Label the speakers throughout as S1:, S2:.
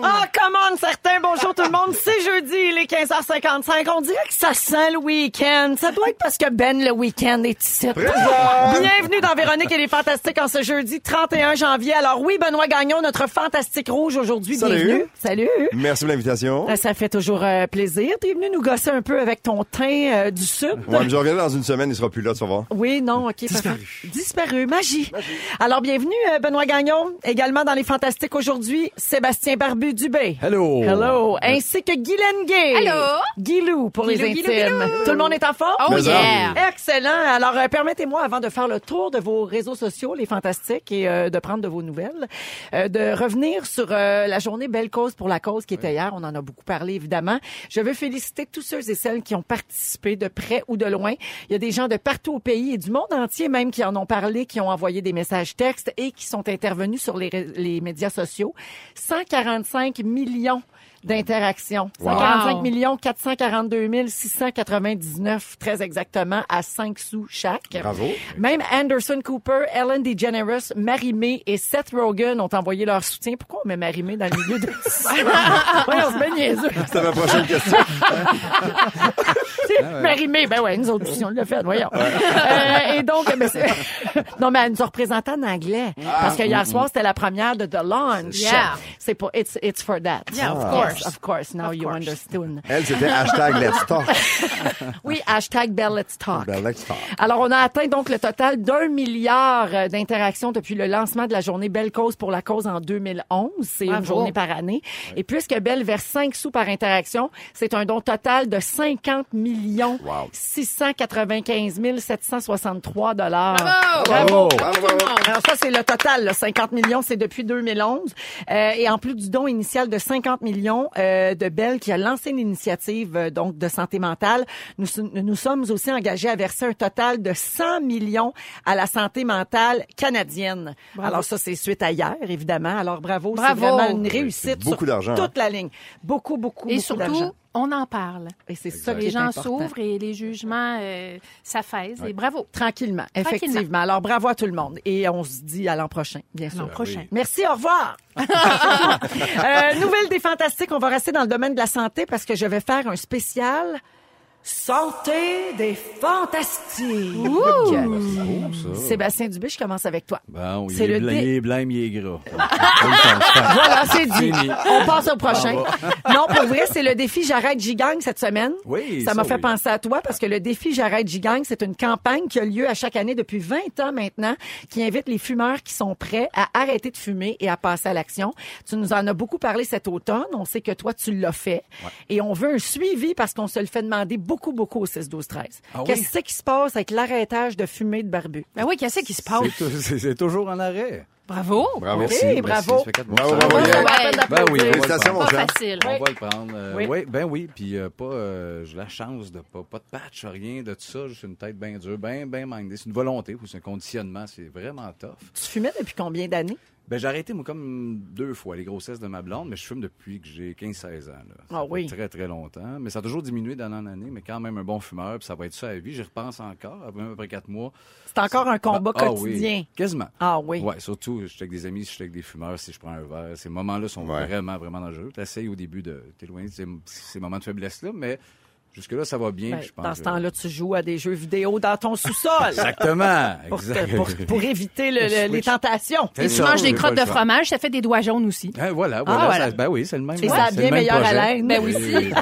S1: Ah, comment certains. Bonjour tout le monde. C'est jeudi, il est 15h55. On dirait que ça sent le week-end. Ça doit être parce que Ben, le week-end, est ici. Bienvenue dans Véronique et les Fantastiques en ce jeudi 31 janvier. Alors oui, Benoît Gagnon, notre fantastique rouge aujourd'hui.
S2: Salut.
S1: Bienvenue. Salut.
S2: Merci pour l'invitation.
S1: Ah, Ça fait toujours euh, plaisir. T'es venu nous gosser un peu avec ton teint euh, du sud.
S2: Ouais, mais je reviendrai dans une semaine, il sera plus là, tu vas voir.
S1: Oui, non, ok. Disparu. Disparu, magie. Alors, bienvenue, euh, Benoît Gagnon. Également dans les Fantastiques aujourd'hui, Sébastien Barbu-Dubé.
S2: Hello.
S1: Hello. Ainsi que Guylaine Gay.
S3: Hello.
S1: Guilou pour les
S3: Guilou,
S1: intimes.
S3: Guilou, Guilou.
S1: Tout le monde est en forme?
S3: Oh
S2: Mais
S3: yeah!
S1: Excellent. Alors, euh, permettez-moi, avant de faire le tour de vos réseaux sociaux, les fantastiques, et euh, de prendre de vos nouvelles, euh, de revenir sur euh, la journée Belle Cause pour la Cause qui était hier. On en a beaucoup parlé, évidemment. Je veux féliciter tous ceux et celles qui ont participé de près ou de loin. Il y a des gens de partout au pays et du monde entier même qui en ont parlé, qui ont envoyé des messages textes et qui sont intervenus sur les, ré- les médias sociaux. 145 millions d'interactions. 145
S3: Wow.
S1: millions 442 699, très exactement, à 5 sous chaque.
S2: Bravo.
S1: Même Anderson Cooper, Ellen DeGeneres, Marie-Mé et Seth Rogen ont envoyé leur soutien. Pourquoi on met Marie-Mé dans le milieu de... ouais, on se met niaiseux.
S2: C'était ma prochaine question.
S1: Marie-Mé, ben ouais, nous autres aussi, on l'a fait, voyons. Euh, et donc, ben, c'est- non, mais elle nous a représenté en anglais. parce que hier soir, c'était la première de The Launch.
S3: Yeah.
S1: Ah. C'est pour It's, it's for that.
S3: Yeah, of
S1: Yes,
S3: course.
S1: of course. Now you understand.
S2: Elle, c'était hashtag Let's Talk.
S1: Oui, hashtag Bell Let's Talk.
S2: Ben, let's talk.
S1: Alors, on a atteint donc le total d'un milliard euh, d'interactions depuis le lancement de la journée Belle Cause pour la Cause en 2011. C'est une
S3: Bravo.
S1: journée par année. Et puisque Belle verse 5 sous par interaction, c'est un don total de 50 millions
S2: Wow.
S1: 695 763 dollars.
S3: Bravo!
S2: Bravo,
S1: Bravo!
S3: Oh.
S2: bravo.
S1: Ah, Alors ça, c'est le total, là, 50 millions, c'est depuis 2011. Euh, et en plus du don initial de 50 millions euh, de Bell qui a lancé l'initiative euh, donc de santé mentale, nous, sou- nous sommes aussi engagés à verser un total de 100 millions à la santé mentale canadienne. Alors ça, c'est suite à hier, évidemment. Alors bravo,
S3: Bravo.
S1: c'est vraiment une réussite
S2: Beaucoup
S1: sur
S2: d'argent, hein.
S1: toute la ligne. Beaucoup, beaucoup,
S3: Et
S1: beaucoup d'argent.
S3: surtout, on en parle.
S1: Et c'est ça qui
S3: Les
S1: est
S3: gens
S1: important.
S3: s'ouvrent et les jugements euh, s'affaisent. Et bravo.
S1: Tranquillement, effectivement. Alors bravo à tout le monde. Et on se dit à l'an prochain, bien sûr.
S3: L'an prochain.
S1: Merci, au revoir. Euh, nouvelle des fantastiques, on va rester dans le domaine de la santé parce que je vais faire un spécial santé des fantastiques.
S4: Ah, ben,
S1: Sébastien Dubé, je commence avec toi.
S4: Bon, il
S1: C'est
S4: est,
S1: le
S4: Ben, bla-
S1: dé-
S4: il est blême, il est gras.
S1: Voilà, c'est dit.
S4: Fini.
S1: On passe au prochain. Non, pour vrai, c'est le défi J'arrête Gigagne cette semaine.
S4: Oui,
S1: Ça m'a
S4: ça,
S1: fait
S4: oui.
S1: penser à toi parce que le défi J'arrête Gigagne, c'est une campagne qui a lieu à chaque année depuis 20 ans maintenant qui invite les fumeurs qui sont prêts à arrêter de fumer et à passer à l'action. Tu nous en as beaucoup parlé cet automne. On sait que toi, tu l'as fait. Et on veut un suivi parce qu'on se le fait demander beaucoup, beaucoup au 6-12-13.
S4: Ah oui?
S1: Qu'est-ce qui se passe avec l'arrêtage de fumer de barbu?
S3: Ben oui, qu'est-ce qui se passe?
S4: C'est tou- C'est c'est toujours en arrêt.
S3: Bravo!
S2: Bravo.
S1: Ah, Merci, bravo.
S4: ça fait quatre mois.
S2: Bravo,
S4: Ça
S2: bravo,
S1: Ça
S4: va.
S1: vaut
S2: Yann.
S1: la peine
S4: Ben
S1: d'applaudir.
S4: oui, on va le
S2: Félicitations,
S4: prendre.
S2: mon
S3: Oh, Pas
S2: cher.
S3: facile.
S4: On va le prendre. Euh,
S1: Oui.
S4: ouais, ben oui, puis euh, pas, euh, j'ai la chance de pas, pas de patch, rien de tout ça, juste une tête bien dure, bien, bien mindée. C'est une volonté, ou c'est un conditionnement, c'est vraiment tough.
S1: Tu fumais depuis combien d'années?
S4: Ben, j'ai arrêté, moi, comme deux fois les grossesses de ma blonde, mais je fume depuis que j'ai 15-16 ans. Là. Ça
S1: Ah
S4: fait
S1: oui.
S4: Très, très longtemps. Mais ça a toujours diminué d'année en année, mais quand même un bon fumeur, puis ça va être ça à la vie. J'y repense encore, même après quatre mois.
S1: C'est encore un combat
S4: Ah, ah oui,
S1: quotidien.
S4: Quasiment.
S1: Ah oui.
S4: Ouais, surtout, je suis avec des amis, je suis avec des fumeurs, si je prends un verre. Ces moments-là sont
S2: Ouais.
S4: vraiment, vraiment dangereux. Tu au début de t'éloigner de ces, ces moments de faiblesse-là, mais jusque-là, ça va bien.
S1: Ben,
S4: puis je pense
S1: dans ce
S4: que-
S1: temps-là, tu joues à des jeux vidéo dans ton sous-sol
S4: Exactement.
S1: pour, te-
S4: exact.
S1: pour- pour éviter le- le-
S4: Switch.
S1: les tentations.
S4: C'est
S3: Et tu
S4: ça,
S3: manges
S4: j'ai
S3: des
S4: pas
S3: crottes
S4: le
S3: de
S4: choix.
S3: fromage, ça fait des doigts jaunes aussi.
S4: Hein, voilà, voilà,
S1: Ah, voilà.
S4: ça- ben oui, c'est le même.
S1: Et ça a
S4: c'est
S1: bien
S4: le même
S1: meilleure
S4: projet.
S1: haleine. Ben oui, si.
S4: ben oui, le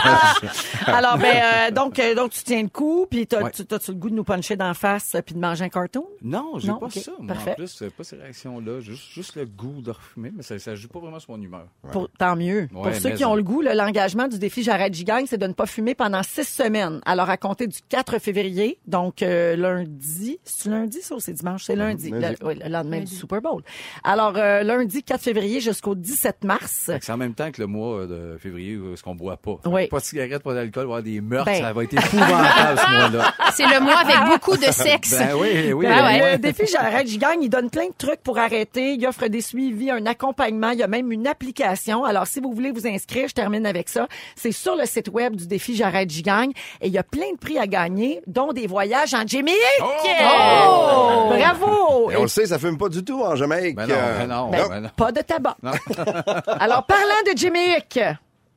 S4: fromage.
S1: Alors, ben, euh, donc, euh, donc, tu tiens le coup, puis t'as-
S4: Ouais.
S1: tu as le goût de nous puncher d'en face, euh, puis de manger un carton?
S4: Non, j'ai
S1: Non,
S4: pas
S1: ok,
S4: ça. Moi,
S1: parfait.
S4: en plus, euh, pas ces réactions-là. Juste, juste le goût de refumer, mais ça, ça joue pas vraiment sur mon humeur.
S1: Pour, tant mieux.
S4: Ouais,
S1: Pour ceux
S4: mais
S1: qui ont
S4: ça.
S1: le goût, là, l'engagement du défi J'arrête Gigagne, campagne, c'est de ne pas fumer pendant six semaines. Alors, à compter du 4 février, donc euh, lundi, c'est lundi ça ou c'est dimanche? C'est lundi,
S2: lundi.
S1: Le, oui, le lendemain du Super Bowl. Alors, euh, lundi 4 février jusqu'au 17 mars.
S4: Fait que C'est en même temps que le mois euh, de février où est-ce qu'on boit pas. Fait que
S1: Oui.
S4: Pas de cigarette, pas d'alcool, voir des meurtres,
S1: Ben.
S4: ça va être épouvantable ce mois-là.
S3: C'est le mois avec beaucoup de sexe.
S4: Ben oui, oui.
S5: Ah
S1: Ben,
S4: le mois-
S1: Le défi J'arrête, je gagne, il donne plein de trucs pour arrêter. Il offre des suivis, un accompagnement. Il y a même une application. Alors, si vous voulez vous inscrire, je termine avec ça. C'est sur le site web du défi J'arrête, je gagne. Et il y a plein de prix à gagner, dont des voyages en Jamaïque.
S4: Oh!
S1: Bravo!
S2: Et on le sait, ça fume pas du tout en Jamaïque.
S4: Ben non,
S2: Euh,
S4: ben non,
S1: Ben,
S4: ben non.
S1: Pas de tabac. Alors, parlant de Jamaïque,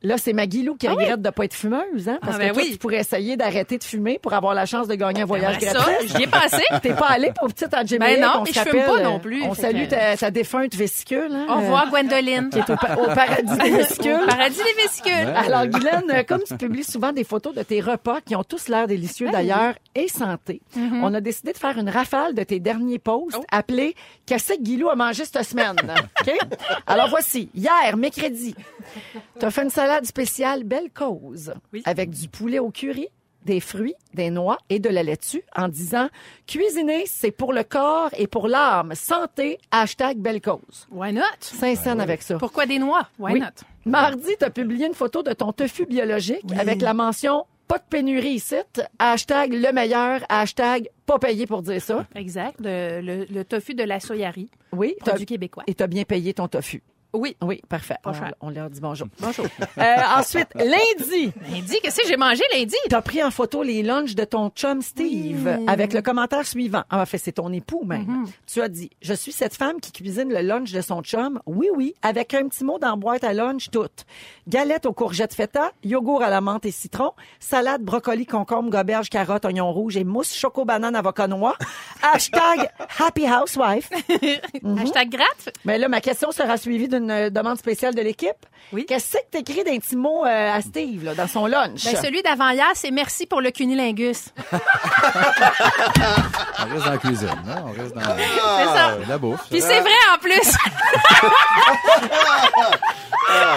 S1: là, c'est Maggie Lou qui regrette de pas être fumeuse, hein? Parce
S5: Ah ben
S1: que toi,
S5: oui.
S1: tu pourrais essayer d'arrêter de fumer pour avoir la chance de gagner un voyage
S5: Ben, ça,
S1: gratuit.
S5: j'y ai pensé.
S1: T'es pas allé pour petite en Jamaïque.
S5: Ben non,
S1: on
S5: puis
S1: se
S5: je fume
S1: rappelle,
S5: pas non
S1: euh,
S5: plus,
S1: On
S5: fait
S1: salue
S5: que-
S1: ta, ta défunte vesicule, hein?
S3: Au revoir, Gwendoline.
S1: euh, Qui est au, pa- au paradis des
S5: Au
S1: vesicules.
S5: Paradis des vésicules.
S1: Alors, Guylaine, euh, comme tu publies souvent des photos de tes repas qui ont tous l'air délicieux d'ailleurs et santé, on a décidé de faire une rafale de tes derniers posts appelés Qu'est-ce que Guilou a mangé cette semaine? OK? Alors, voici. Hier, mercredi, tu as fait une salade spéciale Belle Cause
S5: Oui.
S1: avec du poulet au curry des fruits, des noix et de la laitue en disant « Cuisiner, c'est pour le corps et pour l'âme. Santé, hashtag belle cause.
S3: Why not? »
S1: Sincère avec ça.
S3: Pourquoi des noix? Why
S1: Oui.
S3: not?
S1: Mardi, tu as publié une photo de ton tofu biologique avec la mention pas de pénurie ici, hashtag le meilleur, hashtag pas payé pour dire ça.
S3: Exact. Le, le- le tofu de la soyari,
S1: Oui, t'as-
S3: produit québécois.
S1: et tu as bien payé ton tofu.
S5: Oui.
S1: Oui, parfait.
S3: Pas
S1: On,
S3: cher.
S1: on leur dit bonjour. Bonjour. ensuite, lundi,
S3: Lundi, qu'est-ce que j'ai mangé lundi?
S1: tu as pris en photo les lunchs de ton chum Steve avec le commentaire suivant. Ah, En fait, c'est ton époux même. Tu as dit Je suis cette femme qui cuisine le lunch de son chum. Oui, oui, avec un petit mot dans la boîte à lunch, toute. Galette aux courgettes feta, yogourt à la menthe et citron, salade, brocoli, concombre, goberge, carotte, oignon rouge et mousse choco banane avocat noir. Hashtag Happy Housewife. Mm-hmm.
S3: Hashtag gratte.
S1: Mais là, ma question sera suivie d'une euh, demande spéciale de l'équipe.
S5: Oui.
S1: Qu'est-ce que t'écris d'un petit mot euh, à Steve là, dans son lunch?
S3: Ben, celui d'avant-hier, c'est merci pour le cunilingus.
S4: On reste dans la cuisine, hein? on reste dans
S2: Ah,
S3: C'est ça.
S4: euh, la bouffe.
S5: Puis c'est vrai en plus.
S2: Ah.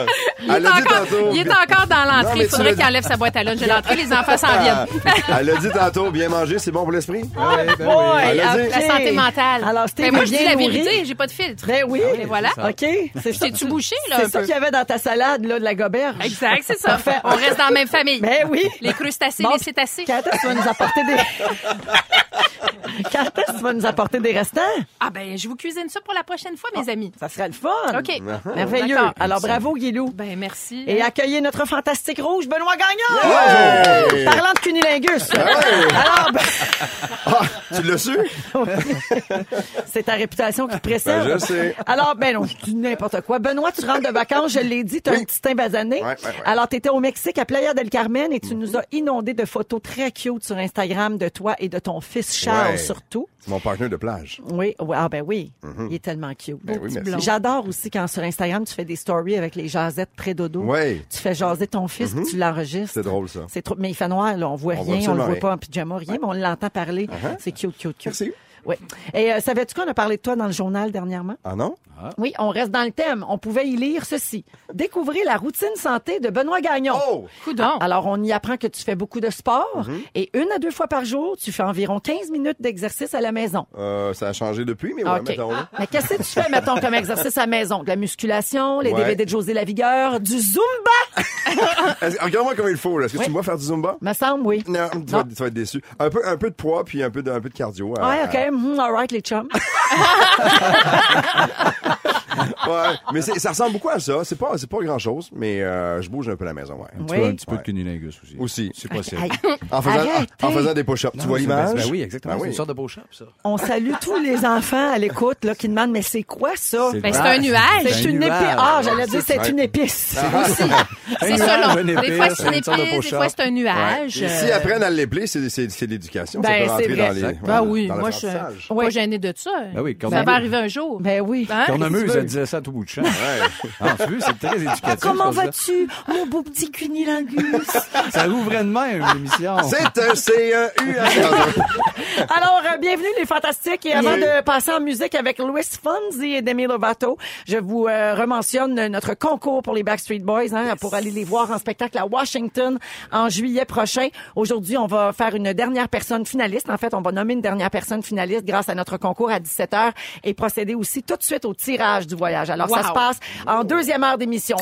S2: Elle l'a dit tantôt.
S3: Il est encore dans
S2: Non,
S3: l'entrée.
S2: mais
S3: Il
S2: tu l'as
S3: faudrait
S2: Ah.
S3: qu'il
S2: dit.
S3: enlève sa boîte à lunch de l'entrée. Les enfants s'en viennent.
S2: Elle l'a dit tantôt, bien manger, c'est bon pour l'esprit.
S4: Ouais, ben oui.
S2: Elle l'a dit.
S3: La santé mentale.
S1: Alors, Steve
S3: Ben, moi,
S1: est
S3: je dis
S1: bien
S3: la
S1: nourri.
S3: vérité. J'ai pas de filtre.
S1: Ben oui.
S3: Et voilà.
S1: OK. C'est ça.
S3: T'es-tu bouché, là, un
S1: C'est ça
S3: peu?
S1: qu'il y avait dans ta salade, là, de la goberge.
S3: Exact, c'est ça. On reste dans la même famille.
S1: Ben oui.
S3: Les crustacés,
S1: Bon,
S3: les cétacés.
S1: Quand est-ce que tu vas nous apporter des... quand est-ce que tu vas nous apporter des restants?
S3: Ah ben, je vous cuisine ça pour la prochaine fois, mes amis.
S1: Ça sera le fun.
S3: OK.
S1: Merveilleux.
S3: D'accord.
S1: Alors, bravo, Guilou.
S3: Ben, merci.
S1: Et accueillez notre fantastique rouge, Benoît Gagnon!
S2: Ouais!
S1: Parlant de cunilingus. Alors, ben,
S2: Ah, tu l'as su?
S1: c'est ta réputation qui te précède.
S2: Ben, je sais.
S1: Alors, ben non, je dis n'importe quoi. Benoît, tu rentres de vacances, je l'ai dit, t'as un petit teint basané.
S2: Ouais, ouais, Mhm. ouais.
S1: Alors, t'étais au Mexique, à Playa del Carmen, et tu nous as inondé de photos très cute sur Instagram de toi et de ton fils Charles,
S2: Ouais.
S1: surtout.
S2: C'est mon partenaire de plage.
S1: Oui, oui, ah ben oui, il est tellement cute.
S2: Mhm. Ben oui,
S1: Petit
S2: merci.
S1: blond. J'adore aussi quand sur Instagram, tu fais des stories avec les jasettes pré-dodo.
S2: Ouais. Mhm.
S1: Tu fais jaser ton fils, puis tu l'enregistres.
S2: C'est drôle, ça.
S1: C'est trop... Mais il fait noir, là, on voit
S2: On voit
S1: rien, on le
S2: absolument
S1: voit
S2: rien. Uh-huh.
S1: pas en pyjama, rien, mais on l'entend parler. C'est cute, cute, cute.
S2: Merci.
S1: Oui. Et euh, savais-tu qu'on a parlé de toi dans le journal dernièrement?
S2: Ah non?
S1: Oui, on reste dans le thème. On pouvait y lire ceci. Découvrez la routine santé de Benoît Gagnon.
S2: Oh! Mm-hmm.
S3: Coudon.
S1: Alors, on y apprend que tu fais beaucoup de sport et une à deux fois par jour, tu fais environ 15 minutes d'exercice à la maison. Ah,
S2: Euh, ça a changé depuis, mais ouais,
S1: OK.
S2: mettons. là.
S1: Mais qu'est-ce que tu fais, mettons, comme exercice à la maison? De la musculation, les
S2: Ouais.
S1: DVD de José Lavigueur, du Zumba?
S2: Est-ce- Regarde-moi comme il faut. là. Est-ce que
S1: Oui.
S2: tu me vois faire du Zumba?
S1: Me semble, oui.
S2: Non, tu vas, tu vas être déçu. Un peu, un peu de poids, puis un peu de, un peu de cardio. euh,
S1: Ouais,
S2: euh,
S1: OK. Mhm, all right, les chums.
S2: Ouais, mais c'est- ça ressemble beaucoup à ça. C'est pas, c'est pas grand chose, mais euh, je bouge un peu la maison. Ouais.
S4: Un petit peu-
S1: Oui.
S4: un petit peu de cunilingus aussi.
S2: Aussi.
S4: C'est possible.
S1: Hey,
S2: En faisant,
S1: Arrêtez.
S2: en faisant des push-ups. Tu vois
S4: Non, c'est-
S2: l'image?
S4: Ben oui, exactement.
S2: Ben
S4: C'est
S2: oui.
S4: une sorte de beau shop, ça.
S1: on salue tous les enfants à l'écoute là, qui demandent, mais c'est quoi ça?
S3: Ben, c'est un nuage.
S1: C'est une épice. Ah, j'allais dire, c'est
S2: Ouais.
S1: une épice.
S3: C'est
S4: nuage,
S3: selon.
S4: une
S3: Des
S4: épice,
S3: fois, c'est une
S4: une sorte de
S3: épice, des
S4: pochette.
S3: fois, c'est un nuage.
S2: Et S'ils
S3: Euh,
S2: apprennent à l'épeler, c'est, c'est, c'est l'éducation. ça
S1: Ben,
S2: peut rentrer
S1: c'est vrai.
S2: dans les.
S3: Ben oui,
S2: dans
S3: moi, je suis
S2: l'apprentissage.
S1: Oui.
S3: pas gênée de ça.
S4: Ben oui, quand
S3: ça
S4: on
S3: va
S4: veut.
S3: arriver un jour.
S1: Ben oui.
S3: Hein?
S4: Cornemuse,
S1: Qu'est-ce que tu
S4: te disais ça à tout bout de champ. En plus, c'est très éducatif.
S1: Comment
S4: comme ça.
S1: vas-tu, mon beau petit cunilingus?
S4: Ça ouvrait de même l'émission.
S2: C'est un E CEU. à-
S1: Alors, euh, bienvenue les Fantastiques. Et avant
S2: Oui.
S1: de passer en musique avec Louis Fonzi et Demi Lovato, je vous euh, rementionne notre concours pour les Backstreet Boys hein, pour aller les voir en spectacle à Washington en juillet prochain. Aujourd'hui, on va faire une dernière personne finaliste. En fait, on va nommer une dernière personne finaliste grâce à notre concours à 17h et procéder aussi tout de suite au tirage du voyage. Alors, ça
S3: Wow.
S1: se passe en deuxième heure d'émission.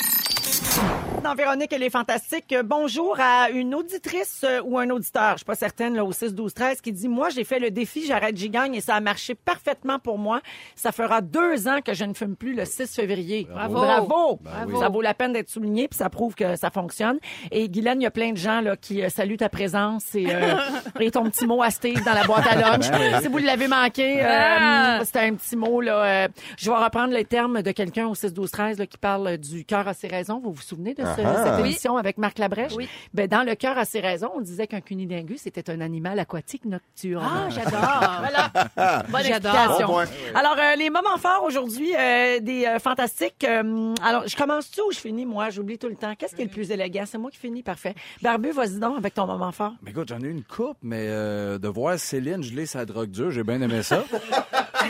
S1: Dans Véronique, elle est fantastique. Euh, Bonjour à une auditrice euh, ou un auditeur, je suis pas certaine, là, au 6, 12, 13, qui dit, moi, j'ai fait le défi, j'arrête, j'y gagne, et ça a marché parfaitement pour moi. Ça fera deux ans que je ne fume plus le 6 février.
S4: Bravo.
S1: Bravo!
S4: Ben oui.
S1: Ça vaut la peine d'être souligné, puis ça prouve que ça fonctionne. Et Guylaine, il y a plein de gens, là, qui euh, saluent ta présence et, euh, et ton petit mot à Steve dans la boîte à lunch.
S4: Ben
S1: si vous l'avez manqué, euh,
S3: Ah!
S1: c'était un petit mot, là. euh, je vais reprendre les termes de quelqu'un au 6, 12, 13, là, qui parle euh, du cœur à ses raisons. Vous vous souvenez de ce-
S2: Ah.
S1: cette
S3: Oui.
S1: émission avec Marc Labrèche?
S3: Oui.
S1: Ben, dans le cœur à ses raisons, on disait qu'un cunilingus était un animal aquatique nocturne.
S3: Ah, j'adore. voilà. Bonne
S1: J'adore.
S3: explication.
S2: Bon point.
S1: Alors, euh, les moments forts aujourd'hui, euh, des euh, fantastiques. euh, alors, je commence-tu ou je finis, moi? J'oublie tout le temps. Qu'est-ce qui est le plus élégant? C'est moi qui finis, parfait. Barbu, vas-y donc avec ton moment fort.
S4: Mais écoute, j'en ai une coupe, mais euh, de voir Céline geler sa drogue dure, j'ai bien aimé ça.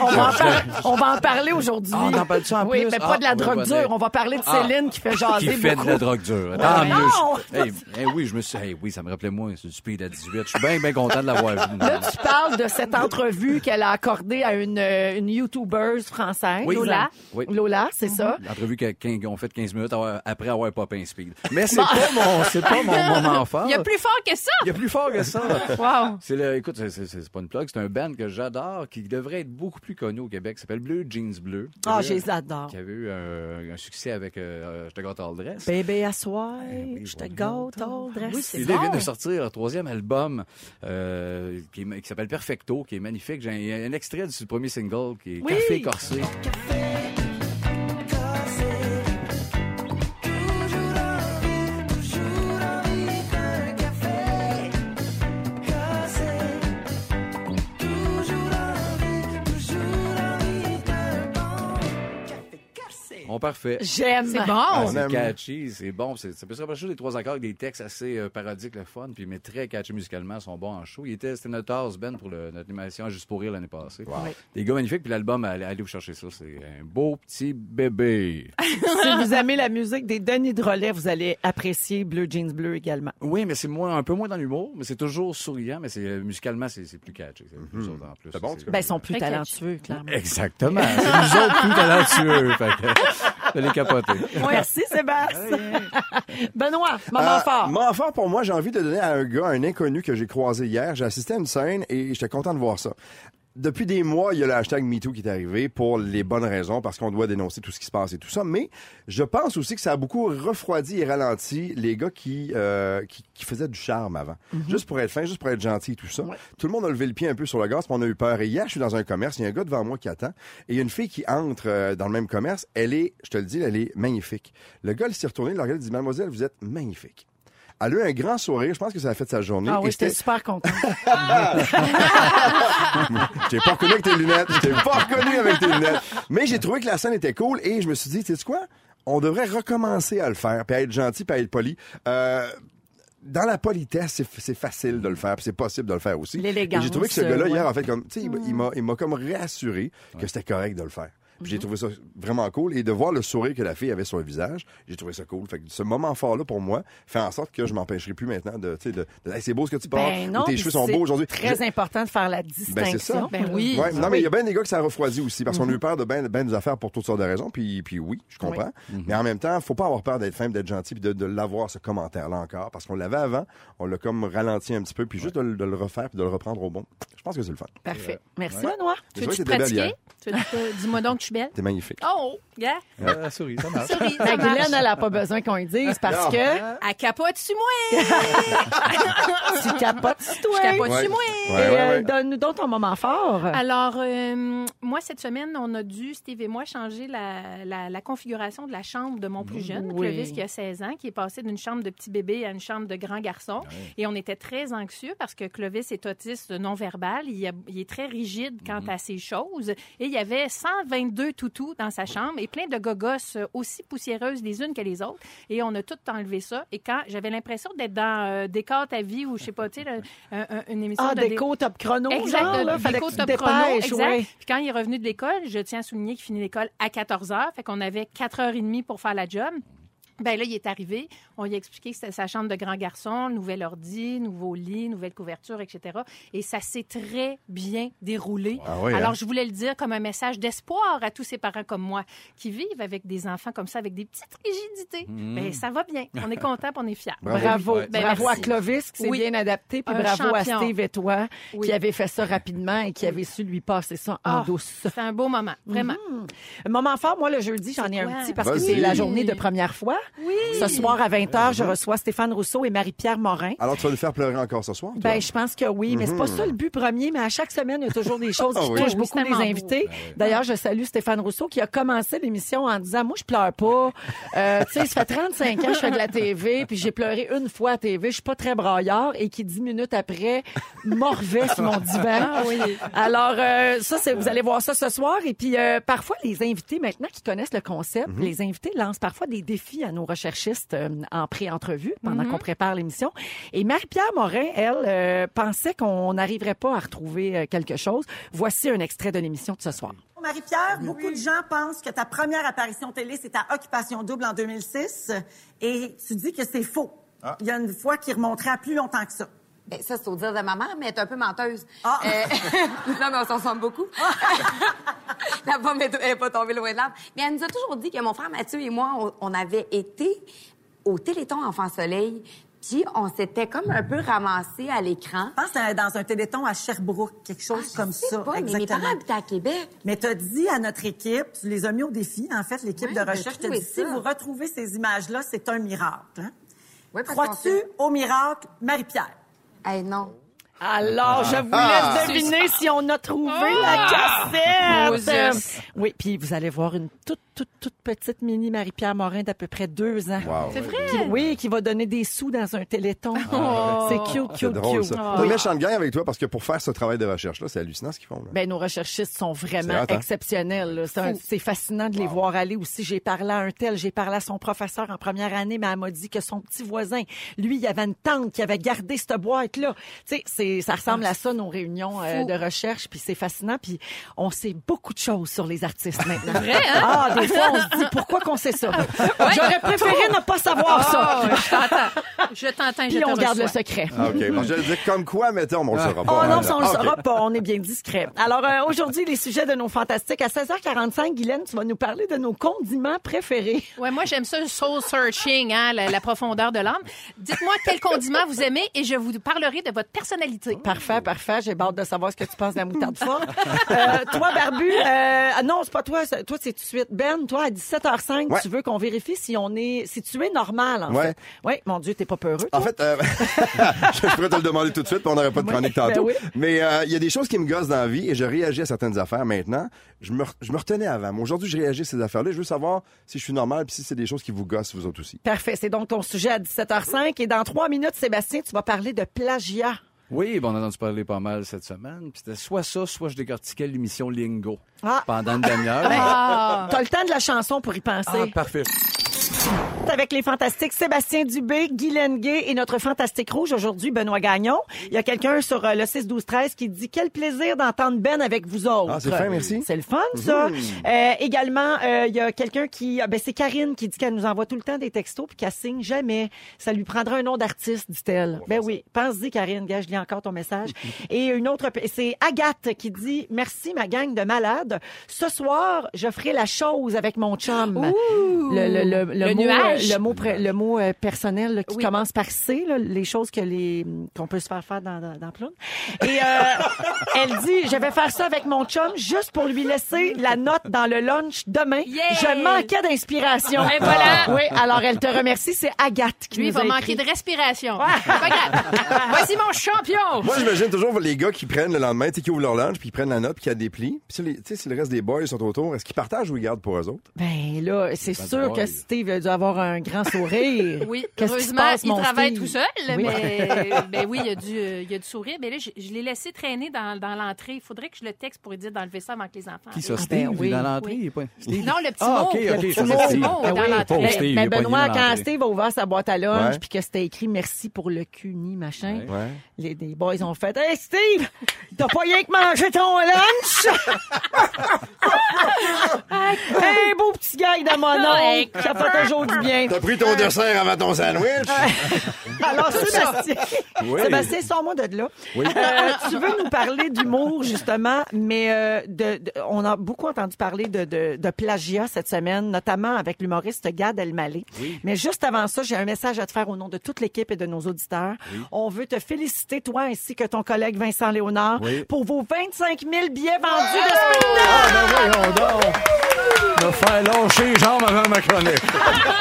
S1: On va en, par- on va en parler aujourd'hui.
S4: Ah, on en parle-tu en
S1: Oui,
S4: plus?
S1: mais pas
S4: Ah,
S1: de la
S4: on va
S1: drogue
S4: revenir.
S1: dure. On va parler de
S4: Ah.
S1: Céline qui fait
S4: qui
S1: jaser
S4: fait
S1: beaucoup.
S4: de la drogue dure.
S1: Non!
S4: Tant mieux. Je- Hey, hey, oui, je me suis hey, oui, ça me rappelait moi, c'est du speed à 18. Je suis bien, bien content de l'avoir vu.
S1: Tu parles de cette entrevue qu'elle a accordée à une, euh, une YouTubeuse française.
S4: Oui.
S1: Lola.
S4: Oui. Mhm.
S1: Lola, c'est ça.
S4: L'entrevue qu'a- quin- qu'on fait 15 minutes avoir- après avoir pop un speed. Mais c'est pas mon, c'est pas mon moment fort.
S3: Il y a plus fort que ça.
S4: Il y a plus fort que ça.
S3: oh. Wow.
S4: C'est le, écoute, c'est- c'est c'est pas une plug, c'est un band que j'adore, qui devrait être beaucoup plus connu au Québec, qui s'appelle Bleu Jeans Bleu.
S1: Ah,
S4: Qui
S1: je
S4: avait-
S1: les adore.
S4: Qui avait eu un, un succès avec euh, Je te gâte all dress.
S1: Bébé, assois,
S4: Eh oui,
S1: je te
S4: voyons
S1: gâte, all dress.
S3: Oui, c'est
S4: Il
S3: bon.
S4: vient de sortir un troisième album euh, qui, est- qui s'appelle Perfecto, qui est magnifique. J'ai un, un extrait du premier single qui est
S1: Oui.
S4: Café Corsé. On parfait.
S1: J'aime.
S3: C'est
S4: Ah,
S3: bon.
S2: on
S4: c'est
S2: aime.
S4: catchy, c'est bon. c'est- Ça peut se rapprocher des trois accords avec des textes assez euh, parodiques, le fun, puis mais très catchy musicalement, ils sont bons en show. Il était, c'était notre house band pour le- notre animation Juste pour rire l'année passée. Des gars magnifiques, puis l'album, allez, allez vous chercher ça, c'est un beau petit bébé.
S1: si vous aimez la musique des Denis Drolet, vous allez apprécier Bleu Jeans Bleu également.
S4: oui, mais c'est moins, un peu moins dans l'humour, mais c'est toujours souriant, mais c'est euh, musicalement, c'est, c'est plus catchy. Mm-hmm. C'est plus autres en plus.
S2: C'est bon,
S1: Ben, ils sont plus
S3: Très
S1: talentueux, clairement.
S4: Exactement. C'est nous autres plus talentueux. Fait que, allez capoter.
S1: Merci, Sébastien. Benoît, moment
S2: Euh,
S1: fort.
S2: moment fort pour moi, j'ai envie de donner à un gars, un inconnu que j'ai croisé hier. J'ai assisté à une scène et j'étais content de voir ça. Depuis des mois, il y a le hashtag MeToo qui est arrivé pour les bonnes raisons, parce qu'on doit dénoncer tout ce qui se passe et tout ça. Mais je pense aussi que ça a beaucoup refroidi et ralenti les gars qui, euh, qui, qui faisaient du charme avant.
S1: Mhm.
S2: Juste pour être fin, juste pour être gentil et tout ça. Tout le monde a levé le pied un peu sur le gaz, puis on a eu peur. Et hier, je suis dans un commerce, il y a un gars devant moi qui attend, et il y a une fille qui entre euh, dans le même commerce. Elle est, je te le dis, elle est magnifique. Le gars, il s'est retourné, il l'a regardé, il dit, Mademoiselle, vous êtes magnifique. Elle a eu un grand sourire, je pense que ça a fait sa journée.
S1: Ah
S2: et
S1: oui, j'étais
S2: c'était-
S1: super content.
S2: je t'ai pas reconnu avec tes lunettes. Je t'ai pas reconnu avec tes lunettes. Mais j'ai trouvé que la scène était cool et je me suis dit, tu sais quoi? On devrait recommencer à le faire, puis à être gentil, puis à être poli. Euh, dans la politesse, c'est- c'est facile de le faire, puis c'est possible de le faire aussi.
S1: L'élégance,
S2: Et J'ai trouvé que ce gars-là,
S1: euh,
S2: hier,
S1: ouais.
S2: en fait, comme, tu sais, il m'a- il m'a- il m'a comme réassuré que c'était correct de le faire. Puis
S1: Mhm.
S2: j'ai trouvé ça vraiment cool. Et de voir le sourire que la fille avait sur le visage, j'ai trouvé ça cool. Fait que ce moment fort-là, pour moi, fait en sorte que je m'empêcherai plus maintenant de, tu sais, de, de- Hey, c'est beau ce que tu portes,
S1: Ben
S2: ou
S1: non,
S2: tes
S1: puis
S2: cheveux sont
S1: c'est
S2: beaux aujourd'hui. Je-
S1: Très important de faire la
S2: ben, c'est ça.
S1: distinction.
S3: Ben oui.
S2: Ouais, non, mais il y a bien des gars que ça refroidit aussi, parce qu'on
S1: Mhm.
S2: a eu peur de bien des affaires pour toutes sortes de raisons, puis, puis oui, je comprends.
S1: Mhm.
S2: Mais en même temps, faut pas avoir peur d'être fin, d'être gentil, puis de, de l'avoir, ce commentaire-là encore, parce qu'on l'avait avant, on l'a comme ralenti un petit peu, puis juste de, le- de le refaire, puis de le reprendre au bon. Je pense que c'est le fun.
S1: Parfait. Merci, Benoît.
S3: Tu
S2: vrai
S3: veux-tu
S2: que
S3: te
S2: t'étais belle hier.
S3: pratiquer? Tu veux-tu te- Dis-moi donc que je suis belle. Ben,
S2: T'es magnifique.
S3: Oh, gars.
S4: La Euh, souris, ça
S2: Ah.
S4: marche.
S3: Souris, ça
S1: La
S3: marche.
S1: Guylaine, elle n'a pas besoin qu'on le dise parce
S2: Non.
S1: que
S3: Elle capote sur moi.
S1: tu capotes sur toi.
S3: Je capote
S2: Ouais.
S3: sur moi.
S2: Ouais,
S1: Et,
S2: ouais,
S1: euh,
S2: ouais.
S1: donne-nous donc ton moment fort.
S3: Alors, euh, moi, cette semaine, on a dû, Steve et moi, changer la, la- la configuration de la chambre de mon plus jeune,
S1: Oui.
S3: Clovis, qui a 16 ans, qui est passé d'une chambre de petit bébé à une chambre de grand garçon. Et on était très anxieux parce que Clovis
S1: Mhm.
S3: est autiste non-verbal. Il, a- il est très rigide quant à ses choses. Et il y avait 122 deux toutous dans sa chambre et plein de gogosses euh, aussi poussiéreuses les unes que les autres. Et on a tout enlevé ça. Et quand j'avais l'impression d'être dans euh, Décor ta vie ou je sais pas, tu sais, le- un- un- une émission
S1: Ah,
S3: de dé-
S1: déco top chrono,
S3: Exact,
S1: genre,
S3: de-
S1: là,
S3: du
S1: fallait que
S3: cours
S1: tu te
S3: top chrono,
S1: dépêches,
S3: exact.
S1: ouais.
S3: Puis quand il est revenu de l'école, je tiens à souligner qu'il finit l'école à 14 h fait qu'on avait 4h30 pour faire la job. Ben là, il est arrivé. On lui a expliqué que c'était sa chambre de grand garçon, nouvel ordi, nouveau lit, nouvelle couverture, etc. Et ça s'est très bien déroulé.
S2: Ah oui, hein?
S3: Alors, je voulais le dire comme un message d'espoir à tous ces parents comme moi qui vivent avec des enfants comme ça, avec des petites rigidités. Ben, ça va bien. On est content, puis on est fiers.
S2: Hmm. Bravo.
S1: Bravo.
S4: Ouais.
S3: Ben,
S1: bravo
S3: merci.
S1: à Clovis qui s'est
S3: Oui.
S1: bien adapté, puis
S3: Un
S1: bravo à
S3: champion.
S1: Steve et toi
S3: Oui.
S1: qui avait fait ça rapidement et qui avait su lui passer ça en
S3: Ah.
S1: douce.
S3: C'est un beau moment, vraiment.
S1: Moment fort, moi, le jeudi, j'en ai un
S3: quoi?
S1: petit parce que
S2: Vas-y. Ah
S1: c'est la journée de première fois.
S3: Oui.
S1: Ce soir, à 20h, je reçois Stéphane Rousseau et Marie-Pierre Morin.
S2: Alors, tu vas nous faire pleurer encore ce soir? toi?
S1: Ben, je pense que oui, mais c'est pas ça le but premier, mais à chaque semaine, il y a toujours des choses
S2: Hmm. Ah
S1: qui
S2: oui. Ben
S1: touchent
S3: Oui,
S1: beaucoup
S3: c'est
S1: les
S3: tellement
S1: invités. D'ailleurs, je salue Stéphane Rousseau qui a commencé l'émission en disant, moi, je pleure pas. Euh, tu sais, ça fait 35 ans que je fais de la TV, puis j'ai pleuré une fois à TV, je suis pas très braillard, et qui, dix minutes après, morvait sur mon divan.
S3: Ah
S1: Alors, euh, ça, c'est, vous allez voir ça ce soir. Et puis, euh, parfois, les invités, maintenant qui connaissent le concept,
S2: Mhm.
S1: les invités lancent parfois des défis à nos recherchistes euh, en pré-entrevue pendant
S2: Mhm.
S1: qu'on prépare l'émission. Et Marie-Pierre Morin, elle, euh, pensait qu'on n'arriverait pas à retrouver euh, quelque chose. Voici un extrait de l'émission de ce soir.
S6: Marie-Pierre, beaucoup de gens pensent que ta première apparition télé, c'est ta Occupation Double en 2006, et tu dis que c'est faux. Il y a une fois qui remonterait à plus longtemps que ça.
S7: Ben, ça, c'est au dire de ma mère, mais elle est un peu menteuse.
S6: Ah.
S7: Euh, non, mais on s'en ressemble beaucoup. la pomme est, est pas tombée loin de l'arbre. Mais elle nous a toujours dit que mon frère Mathieu et moi, on, on avait été au Téléthon Enfant Soleil, puis on s'était comme un peu ramassés à l'écran.
S6: Je pense que c'est dans un téléthon à Sherbrooke, quelque chose
S7: Ah, je
S6: comme
S7: sais
S6: ça.
S7: pas, mais mes
S6: exactement.
S7: parents habitaient à Québec.
S6: Mais tu as dit à notre équipe, tu les as mis au défi, en fait, l'équipe
S7: Ouais,
S6: de
S7: de
S6: recherche, tu as
S7: trouver
S6: dit, si
S7: ça.
S6: vous retrouvez ces images-là, c'est un miracle. hein?
S7: Ouais, parce
S6: Crois-tu
S7: qu'on s'est-
S6: au miracle, Marie-Pierre?
S7: Eh, non.
S1: Alors, je vous
S2: Ah!
S1: laisse deviner si on a trouvé la cassette. Oui, puis vous allez voir une toute, toute, toute petite mini Marie-Pierre Morin d'à peu près deux ans.
S2: Wow.
S3: C'est vrai?
S1: Qui- oui, qui va donner des sous dans un téléthon. C'est cute,
S2: Ah. C'est
S1: cute,
S2: drôle,
S1: cute.
S2: ça.
S1: Ah.
S2: T'as une méchante gang avec toi parce que pour faire ce travail de recherche-là, c'est hallucinant ce qu'ils font. là.
S1: Ben, nos recherchistes sont vraiment
S2: C'est hot, hein?
S1: exceptionnels. là. C'est un- C'est fascinant de les voir aller aussi. J'ai parlé à un tel, j'ai parlé à son professeur en première année, mais elle m'a dit que son petit voisin, lui, il avait une tante qui avait gardé cette boîte-là. Tu sais, c'est- ça ressemble
S2: Ah,
S1: à ça, nos réunions euh,
S3: Fou.
S1: de recherche, puis c'est fascinant. Puis on sait beaucoup de choses sur les artistes maintenant. Ah, des fois, on se dit, pourquoi qu'on sait ça? J'aurais préféré ne pas savoir ça.
S3: Oh, je t'entends. Je t'entends, je
S1: Puis
S3: te
S1: on garde le
S3: reçois.
S1: secret.
S2: Ah, OK. Bon, je veux dire, comme quoi, mettons, mais on le saura pas.
S1: Oh non,
S2: hein,
S1: ça, on le
S2: là.
S1: saura
S2: OK.
S1: pas. On est bien discret. Alors, euh, aujourd'hui, les sujets de nos fantastiques. À 16h45, Guylaine, tu vas nous parler de nos condiments préférés.
S3: Ouais, moi, j'aime ça, le soul searching, hein, la, la profondeur de l'âme. Dites-moi quel condiment vous aimez et je vous parlerai de votre personnalité.
S1: Parfait, parfait. J'ai hâte de savoir ce que tu penses de la moutarde forte. Euh, toi, Barbu, euh, ah non, c'est pas toi. c'est- Toi, c'est tout de suite. Ben, toi, à 17h05,
S2: Ouais.
S1: tu veux qu'on vérifie si on est, si tu es normal, en
S2: Ouais.
S1: fait. Oui, mon Dieu, t'es pas peureux.
S2: En
S1: toi?
S2: fait, euh, je pourrais te le demander tout de suite, puis on n'aurait pas de
S1: Oui,
S2: chronique
S1: ben
S2: tantôt.
S1: oui.
S2: Mais euh, il y a des choses qui me gossent dans la vie et je réagis à certaines affaires maintenant. Je me, re- je me retenais avant. Mais aujourd'hui, je réagis à ces affaires-là. Je veux savoir si je suis normal puis si c'est des choses qui vous gossent, vous autres aussi.
S1: Parfait. C'est donc ton sujet à 17h05. Et dans trois minutes, Sébastien, tu vas parler de plagiat.
S4: Oui, bon, on a entendu parler pas mal cette semaine. Puis c'était soit ça, soit je décortiquais l'émission Lingo
S1: Ah.
S4: pendant une demi-heure.
S3: Ah.
S1: T'as le temps de la chanson pour y penser.
S4: Ah, parfait.
S1: avec les fantastiques Sébastien Dubé, Guylaine Gay et notre fantastique rouge aujourd'hui, Benoît Gagnon. Il y a quelqu'un sur euh, le 6-12-13 qui dit « Quel plaisir d'entendre Ben avec vous autres.
S2: Ah, c'est Mmh. fin, merci.
S1: C'est le fun, ça. Euh, également, euh, il y a quelqu'un qui... ah, Ben, c'est Karine qui dit qu'elle nous envoie tout le temps des textos puis qu'elle signe jamais. Ça lui prendra un nom d'artiste, dit-elle. Ben oui, pense-y, Karine. Gars, je lis encore ton message. et une autre... C'est Agathe qui dit « Merci, ma gang de malades. Ce soir, je ferai la chose avec mon chum. Le, le, le, le,
S3: Le
S1: mot,
S3: nuage.
S1: euh, Le mot, pré- le mot euh, personnel là, qui
S3: Oui.
S1: commence par C, là, les choses que les qu'on peut se faire faire dans, dans, dans Ploune. Et euh, elle dit, je vais faire ça avec mon chum juste pour lui laisser la note dans le lunch demain.
S3: Yeah!
S1: Je manquais d'inspiration. Ah,
S3: Et Ben voilà.
S1: Oui, alors elle te remercie, c'est Agathe qui
S3: Lui, il
S1: nous
S3: va
S1: a
S3: manquer
S1: écrit.
S3: de respiration. Pas grave. Voici mon champion.
S2: Moi, j'imagine toujours les gars qui prennent le lendemain, tu sais, qui ouvrent leur lunch, puis ils prennent la note, puis qu'il y a des plis. Puis si les- tu sais, si le reste des boys sont autour, est-ce qu'ils partagent ou ils gardent pour eux autres?
S1: Ben là, c'est
S4: Bad
S1: sûr
S4: boy.
S1: que Steve, dû avoir un grand sourire.
S3: Oui,
S1: Qu'est-ce qui se
S3: heureusement,
S1: passe,
S3: il
S1: mon
S3: travaille
S1: Steve?
S3: tout seul,
S1: Oui.
S3: mais ben oui, il y a du, euh, il y a du sourire. Mais là, je, je l'ai laissé traîner dans, dans l'entrée. Il faudrait que je le texte pour lui dire d'enlever ça avant que les enfants.
S4: Qui ça,
S3: arrivent.
S1: Ah, ben
S4: Steve? Il
S1: oui,
S4: est dans l'entrée?
S3: oui.
S4: il est pas- Steve?
S3: Non, le petit
S4: Ah,
S3: mot.
S4: OK,
S3: le
S4: OK,
S3: petit
S4: je
S3: mot,
S4: pensais que
S3: mot
S4: Steve. Ah
S3: dans
S1: Ben oui.
S3: l'entrée.
S4: Pauvre Oh, Steve,
S1: Mais
S4: il est pogné
S1: Benoît,
S4: dans
S1: quand
S4: l'entrée.
S1: Steve a ouvert sa boîte à lunch,
S2: Ouais.
S1: puis que c'était écrit merci pour le cuni, machin, ben,
S4: Ouais.
S2: Ouais.
S1: les, les boys ont fait Hey Steve, t'as pas rien que mangé ton lunch? hey, beau petit gars de mon oncle, ça fait toujours du bien.
S2: T'as pris ton dessert avant ton sandwich?
S1: Alors, Sébastien,
S4: Oui.
S1: Sébastien sors-moi de là. Euh, tu veux nous parler d'humour, justement, mais euh, de, de- on a beaucoup entendu parler de, de- de plagiat cette semaine, notamment avec l'humoriste Gad Elmaleh. Mais juste avant ça, j'ai un message à te faire au nom de toute l'équipe et de nos auditeurs. On veut te féliciter, toi ainsi que ton collègue Vincent Léonard,
S4: Oui.
S1: pour vos 25 000 billets vendus de spectacle.
S4: Ah, ben voyons donc! Me faire lâcher les jambes avant ma chronique.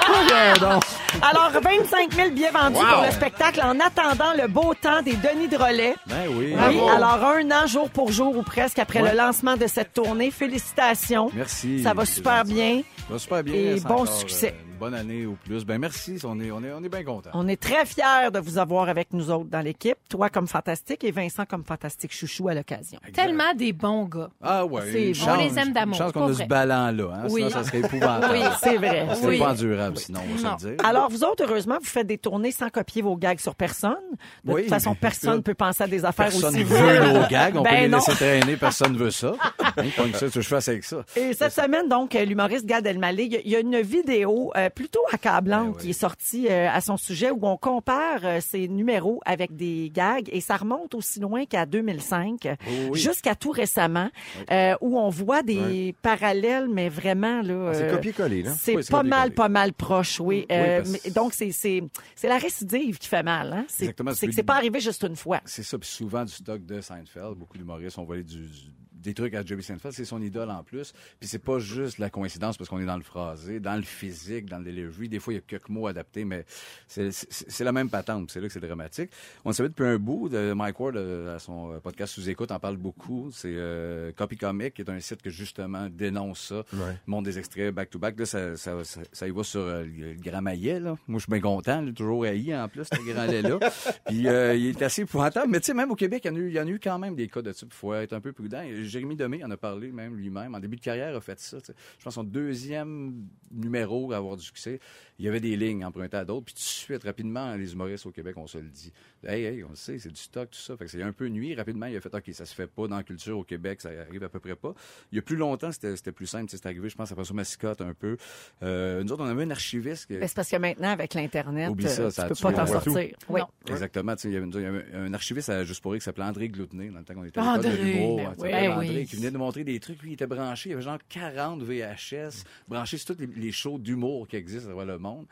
S4: Voyons donc!
S1: Alors, 25 000 billets vendus pour le spectacle en attendant le beau temps des Denis Drolet.
S4: Ben oui.
S1: Oui, alors un an jour pour jour ou presque après
S4: Ouais.
S1: le lancement de cette tournée. Félicitations.
S4: Merci.
S1: Ça va
S4: C'est
S1: super
S4: gentil.
S1: bien.
S4: Ça va super bien.
S1: Et
S4: c'est
S1: bon
S4: encore,
S1: succès.
S4: euh, une bonne année ou plus. Ben merci, on est, on est, on est bien contents.
S1: On est très fiers de vous avoir avec nous autres dans l'équipe. Toi comme fantastique et Vincent comme fantastique chouchou à l'occasion.
S3: Tellement des bons gars.
S4: Ah ouais,
S1: C'est
S4: une
S1: bon.
S4: chance,
S3: On les aime d'amour,
S4: Une chance
S3: pas
S4: qu'on a
S3: vrai.
S4: ce ballon-là. Hein?
S3: Oui.
S4: Sinon, ça serait épouvantable.
S1: Oui, c'est vrai.
S4: C'est
S3: Oui.
S4: pas durable, sinon, on va se le dire.
S1: Alors, vous autres, heureusement, vous faites des tournées sans copier vos gags sur personne. De
S4: Oui.
S1: toute façon, personne ne peut penser à des affaires
S4: Personne
S1: aussi
S4: veut
S1: viles.
S4: nos gags, on
S1: Ben
S4: peut les
S1: non.
S4: laisser traîner, personne veut ça. Hein, comme ça, tu veux que je fasse avec ça.
S1: Et cette semaine, donc, euh, l'humoriste Gad Elmaleh, il y a- il y a une vidéo euh, plutôt accablante
S4: Ben oui.
S1: qui est sortie euh, à son sujet où on compare euh, ses numéros avec des gags et ça remonte aussi loin qu'à 2005,
S4: oui, oui.
S1: jusqu'à tout récemment, euh, où on voit des parallèles, mais vraiment là.
S2: C'est
S1: euh,
S2: copier-coller, là.
S1: c'est
S4: Oui, c'est
S1: pas mal,
S4: Ah, copier-coller. Mm.
S1: pas mal proche, oui. Euh,
S4: parce-
S1: mais donc c'est c'est c'est la récidive qui fait mal, hein. C'est
S4: Exactement,
S1: c'est que
S4: celui-
S1: c'est pas arrivé juste une fois.
S4: C'est ça, puis souvent du stock de Seinfeld. Beaucoup d'humoristes ont volé du, du- des trucs à Jerry Seinfeld. C'est son idole en plus. Puis c'est pas juste la coïncidence parce qu'on est dans le phrasé, dans le physique, dans le delivery. Des fois, il y a quelques mots adaptés, mais c'est- c'est c'est la même patente. puis C'est là que c'est dramatique. On le savait depuis un bout. de- Mike Ward, euh, à son euh, podcast Sous-Écoute, en parle beaucoup. C'est euh, Copy Comic, qui est un site que justement dénonce ça. Montre des extraits back-to-back. Là, ça, ça, ça, ça y va sur euh, le le grand maillet. Là. Moi, je suis bien content. là, toujours haï en plus, le grand lait-là. Puis euh, il est assez épouvantable. Mais tu sais, même au Québec, il y, en a eu- il y en a eu quand même des cas de type. Il faut être un peu prudent. Et Jérémy Demé en a parlé même lui-même. En début de carrière, a fait ça. tu sais. Je pense son deuxième numéro à avoir du succès, il y avait des lignes empruntées à d'autres. Puis tout de suite, rapidement, les humoristes au Québec, on se le dit. Hey, hey, on le sait, c'est du stock, tout ça. Fait que c'est un peu nuit. Rapidement, il a fait OK, ça se fait pas dans la culture au Québec, ça arrive à peu près pas. Il y a plus longtemps, c'était c'était plus simple. tu sais, C'est arrivé, je pense, après ça, mascotte un peu. Euh, nous autres, on avait un archiviste. qui-
S1: Ben, c'est parce que maintenant avec l'internet,
S4: Oublie ça,
S1: euh,
S4: ça a
S1: tu peux
S4: tué
S1: pas t'en
S4: tout.
S1: sortir. Oui.
S4: Exactement. tu sais, Il y, avait une- il y avait un archiviste à Juste pour rire qui s'appelait André Gloutenet, dans le temps qu'on était à l'école
S3: André,
S4: de l'humour.
S3: ben
S4: hein, tu
S3: oui,
S4: sais,
S3: ben
S4: André
S3: oui.
S4: qui venait nous montrer des trucs. Lui, il était branché. Il avait genre 40 VHS branchés sur tous les, les shows d'humour qui existent à travers le monde.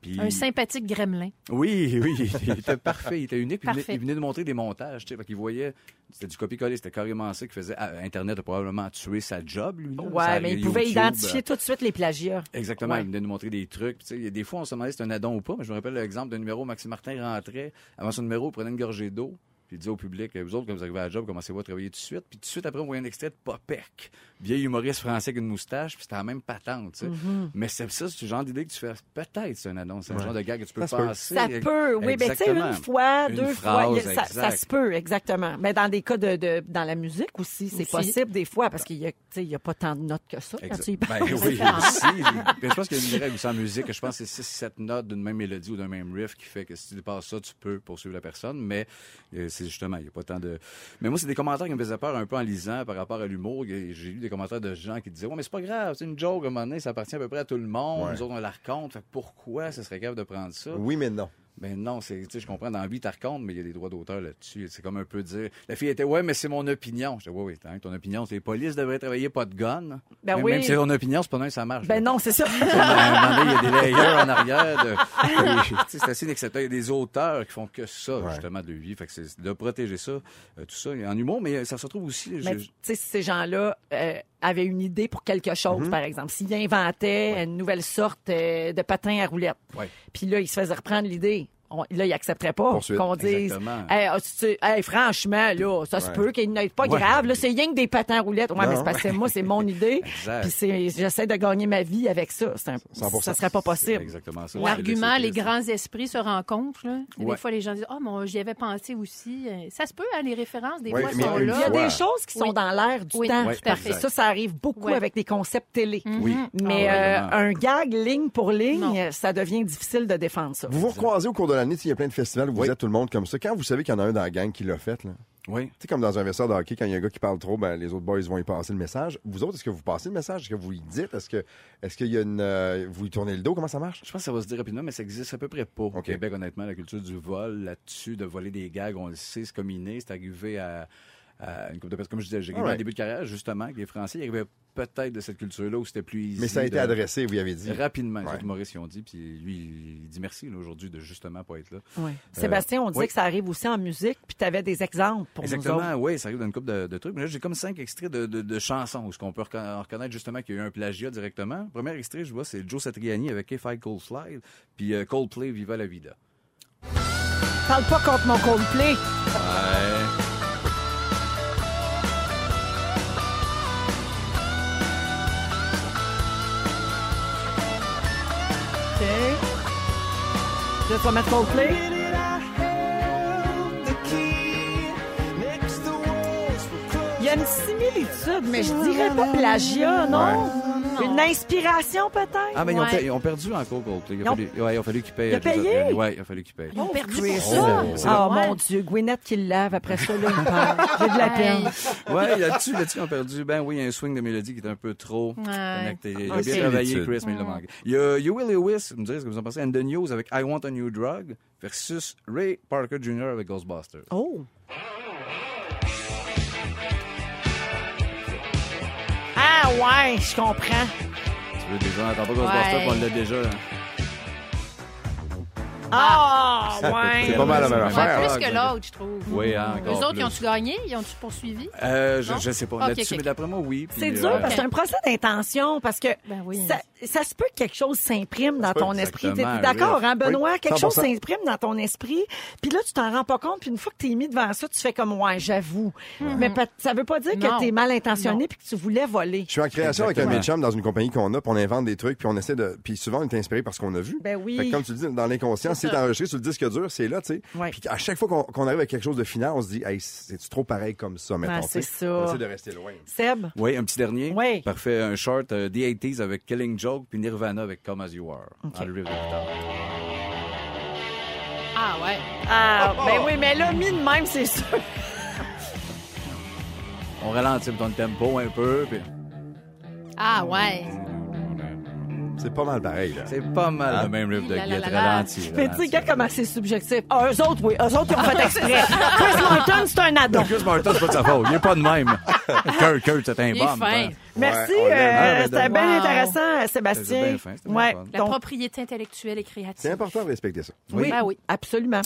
S4: Puis,
S3: Un sympathique gremlin.
S4: oui, oui, il était parfait, il était unique. puis Il venait,
S3: Parfait.
S4: il venait de montrer des montages, tu sais, il voyait, c'était du copier-coller, c'était carrément ça qui faisait. ah, Internet a probablement tué sa job, lui. là, ça,
S1: Ouais, mais il
S4: YouTube,
S1: pouvait
S4: euh,
S1: identifier tout de suite les plagiats.
S4: Exactement,
S1: Ouais.
S4: il venait nous montrer des trucs. Puis, tu sais, il y a des fois, on se demandait si c'était un addon ou pas, mais je me rappelle l'exemple d'un numéro où Maxime Martin rentrait. Avant son numéro, il prenait une gorgée d'eau. Puis il disait au public, vous autres, quand vous arrivez à la job, commencez-vous à travailler tout de suite. Puis tout de suite après, on voyait un extrait de Popek, vieil humoriste français avec une moustache. Puis c'était la même patente. tu sais.
S1: Mm-hmm.
S4: Mais c'est ça, c'est le genre d'idée que tu fais. Peut-être c'est un annonce, c'est le genre de gag que tu peux
S2: Ça se peut.
S4: passer.
S1: Ça peut, oui, mais tu sais,
S4: Exactement.
S1: une fois,
S4: Une
S1: deux fois,
S4: phrase,
S1: il y a- ça, ça
S4: exact.
S1: se peut, exactement. Mais dans des cas de, de- dans la musique aussi, c'est
S3: Aussi.
S1: possible des fois, parce qu'il y a, tu sais, il y a pas tant de notes que ça quand
S4: Exact.
S1: tu y penses.
S4: Ben oui, aussi. Ben, je pense qu'il y a une règle aussi en musique. que Je pense que c'est 6-7 notes d'une même mélodie ou d'un même riff qui fait que si tu dépasses ça, tu peux poursuivre la personne. Mais euh, c'est justement, il n'y a pas tant de. Mais moi, c'est des commentaires qui me faisaient peur un peu en lisant par rapport à l'humour. Et J'ai lu des commentaires de gens qui disaient Ouais, mais c'est pas grave, c'est une joke à un moment donné, ça appartient à peu près à tout le monde. Nous autres, on la raconte. Fait que pourquoi ça serait grave de prendre
S1: Oh.
S4: ça?
S2: Oui, mais non.
S4: Ben non, c'est, tu sais, je comprends, dans la vie, t'as racontes, mais il y a des droits d'auteur là-dessus. C'est comme un peu dire, la fille était, ouais, mais c'est mon opinion. Je dis, ouais, oui, t'as- ton opinion, c'est les polices devraient travailler pas de gun.
S1: Ben
S4: même,
S1: oui.
S4: Même si c'est ton opinion, c'est pas non, ça marche.
S1: Ben
S4: là.
S1: non, c'est ça.
S4: Tu sais, à un moment donné, Il y a des layers en arrière. de- Tu sais, c'est assez inacceptable. Il y a des auteurs qui font que ça, justement, de vie. Fait que c'est de protéger ça, euh, tout ça, en humour, mais euh, ça se retrouve aussi. je-
S1: Mais tu sais, si ces gens-là euh, avaient une idée pour quelque chose, par exemple, s'ils inventaient une nouvelle sorte euh, de patin à roulettes,
S4: Ouais.
S1: puis là, ils se faisaient reprendre l'idée. on- là, ils accepteraient pas
S2: Poursuite.
S1: qu'on dise.
S4: Exactement.
S1: Hey, ah, tu- tu- hey, franchement, là, ça se
S2: Ouais.
S1: peut qu'il n'aille pas grave. Là, c'est rien que des patins roulettes. Ouais, mais c'est parce que moi, c'est mon idée.
S4: Exact.
S1: Puis c'est- j'essaie de gagner ma vie avec ça. C'est un-
S2: 100%.
S1: ça serait pas possible.
S4: Exactement ça.
S3: L'argument, les
S4: grands
S3: grands esprits se rencontrent. Là.
S4: Ouais.
S3: Des fois, les gens disent Ah, mais j'y avais pensé aussi. Euh, Ça se peut, hein, les références, des
S2: Ouais,
S3: fois,
S2: mais
S3: sont
S2: une
S1: Il y
S3: là.
S1: a
S2: Ouais.
S1: des choses qui sont
S3: Oui.
S1: dans l'air du
S3: Oui,
S1: temps.
S3: tout à fait.
S1: Ça, ça arrive beaucoup
S3: Ouais. Mhm.
S1: avec des concepts télé.
S4: Oui.
S1: Mais
S4: Ah,
S1: euh,
S4: vraiment.
S1: un gag ligne pour ligne,
S3: Non.
S1: ça devient difficile de défendre ça.
S2: Vous vous recroisez au cours de l'année, s'il y a plein de festivals où vous êtes tout le monde comme ça. Quand vous savez qu'il y en a un dans la gang qui l'a fait, là,
S4: Oui.
S2: Tu sais, comme dans un vestiaire de hockey, quand il y a un gars qui parle trop, ben, les autres boys vont y passer le message. Vous autres, est-ce que vous passez le message? Est-ce que vous y dites? Est-ce que, est-ce qu'il y a une, euh, vous y tournez le dos? Comment ça marche?
S4: Je pense que ça va se dire rapidement, mais ça existe à peu près pas. Au
S2: OK.
S4: Québec, honnêtement, la culture du vol là-dessus, de voler des gags, on le sait, c'est comme inné. C'est arrivé à, à une coupe de personnes. Comme je disais, j'ai
S2: All right.
S4: en début de carrière, justement, avec les Français, il y avait peut-être de cette culture-là où c'était plus easy
S2: Mais ça a été
S4: de-
S2: adressé, vous y avez dit.
S4: Rapidement,
S2: Ouais.
S4: les humoristes ils ont dit, puis lui, il dit merci là, aujourd'hui de justement pas être là.
S1: Ouais. Sébastien, on disait
S4: euh, oui.
S1: que ça arrive aussi en musique, puis tu avais des exemples pour nous autres.
S4: Exactement, oui, ça arrive dans une couple de, de trucs. Mais là, j'ai comme cinq extraits de, de- de chansons où ce qu'on peut reconna- reconnaître justement qu'il y a eu un plagiat directement. Le premier extrait, je vois, c'est Joe Satriani avec If I Cold Slide, puis euh, Coldplay Viva la Vida.
S1: Parle pas contre mon Coldplay. OK. Là, tu vas mettre Coldplay. Il y a une similitude, mais je dirais pas plagiat, non? Une inspiration, peut-être?
S4: Ah, mais ils, ont,
S3: Ouais.
S4: pa- ils ont perdu encore Coldplay. Il
S1: Ils
S4: a
S1: ont-
S4: fallu, ouais, il a fallu qu'ils payent.
S1: Il a payé?
S4: Oui, il a fallu qu'ils payent.
S3: Ils ont perdu pour
S1: Chris.
S3: Oh, ça.
S1: Ah,
S4: Oh.
S3: Ouais.
S1: mon Dieu, Gwyneth qui le lave après ça, là, il me parle. J'ai de la peine.
S4: Ouais, là-dessus, là-dessus, ils ont perdu. Ben oui, il y a un swing de mélodie qui est un peu trop connecté. Il a
S3: Ah,
S1: Ok.
S4: bien travaillé,
S8: Similitude.
S4: Chris, mais il l'a manqué. Il y a You Will Lewis, vous me direz ce que vous en pensez, and the News avec I Want a New Drug versus Ray Parker Jr. avec Ghostbusters.
S1: Oh! Ah ouais, je comprends.
S4: Tu veux déjà, on n'entend pas Ghostbusters,
S3: Ouais.
S4: puis on l'a déjà. hein.
S1: Ah ouais.
S2: C'est pas mal la même
S3: Ouais,
S2: affaire.
S4: Ouais,
S3: plus que
S4: exactement.
S3: l'autre, je trouve.
S4: hein, Oui,
S3: Eux
S4: hein, encore
S3: autres,
S4: plus.
S3: ils ont-tu gagné? Ils ont-tu poursuivi?
S4: Euh, je,
S3: Non?
S4: je sais pas.
S3: Ok,
S4: là-dessus,
S3: ok,
S4: mais
S3: ok.
S4: d'après moi, oui. puis,
S1: C'est
S4: euh,
S1: dur parce que c'est un procès d'intention parce que
S3: Ben oui.
S1: ça, ça se peut que quelque chose s'imprime dans
S2: peut,
S1: ton esprit. T'es
S4: exactement,
S1: d'accord,
S4: oui.
S1: hein, Benoît?
S2: Oui,
S1: quelque chose
S2: 100%.
S1: s'imprime dans ton esprit, puis là, tu t'en rends pas compte, puis une fois que t'es mis devant ça, tu fais comme, ouais, j'avoue. Mais peut- ça veut pas dire que
S3: Mm-hmm. Non.
S1: t'es mal intentionné
S3: Non.
S1: puis que tu voulais voler.
S2: Je suis en création avec un
S4: Exactement.
S2: de mes chums dans une compagnie qu'on a, puis on invente des trucs, puis on essaie de. Puis souvent, on est inspiré par ce qu'on a vu.
S1: Ben oui.
S2: Fait que comme tu le dis, dans l'inconscient, c'est enregistré sur le disque dur, c'est là, tu sais.
S1: Ouais.
S2: Puis à chaque fois qu'on qu'on arrive à quelque chose de final, on se dit, hey, c'est-tu trop pareil comme ça, mettons.
S1: Ben, c'est
S2: tu sais?
S1: ça.
S2: On essaie de rester loin.
S1: Seb?
S4: Oui, un petit dernier.
S1: Oui.
S4: Parfait, un short euh, The 80s avec Killing Joke puis Nirvana avec Come As You Are. Dans le riff de guitare.
S3: Ah ouais.
S1: Ah, ben oui, mais là, mis de même, c'est sûr.
S4: On ralentit ton tempo un peu. puis
S3: Ah ouais.
S2: C'est pas mal pareil, là.
S4: C'est pas mal
S2: Ah,
S4: le même riff de
S3: La, la,
S4: guitare
S3: la, la.
S4: ralenti.
S1: Mais tu sais,
S4: ralenti.
S1: regarde comment c'est subjectif. Ah, eux autres, oui. Eux autres, ils ont
S3: Ah,
S1: fait exprès. Chris Martin, c'est un addon.
S4: Chris Martin, c'est pas de sa faute. Il est pas de même. Kurt, Kurt, c'est un hein.
S3: Il est
S4: bombe.
S3: fin.
S1: Merci.
S2: on l'aime.
S1: euh,
S4: Ah, ben,
S1: C'était bien
S3: Wow.
S1: intéressant, euh,
S4: C'était
S1: Sébastien.
S4: bien fin, c'était bien
S1: Ouais.
S4: fun.
S3: La
S1: donc-
S3: propriété intellectuelle et
S2: C'est
S3: créative.
S2: important de respecter ça.
S1: Oui,
S3: Ben oui.
S1: absolument.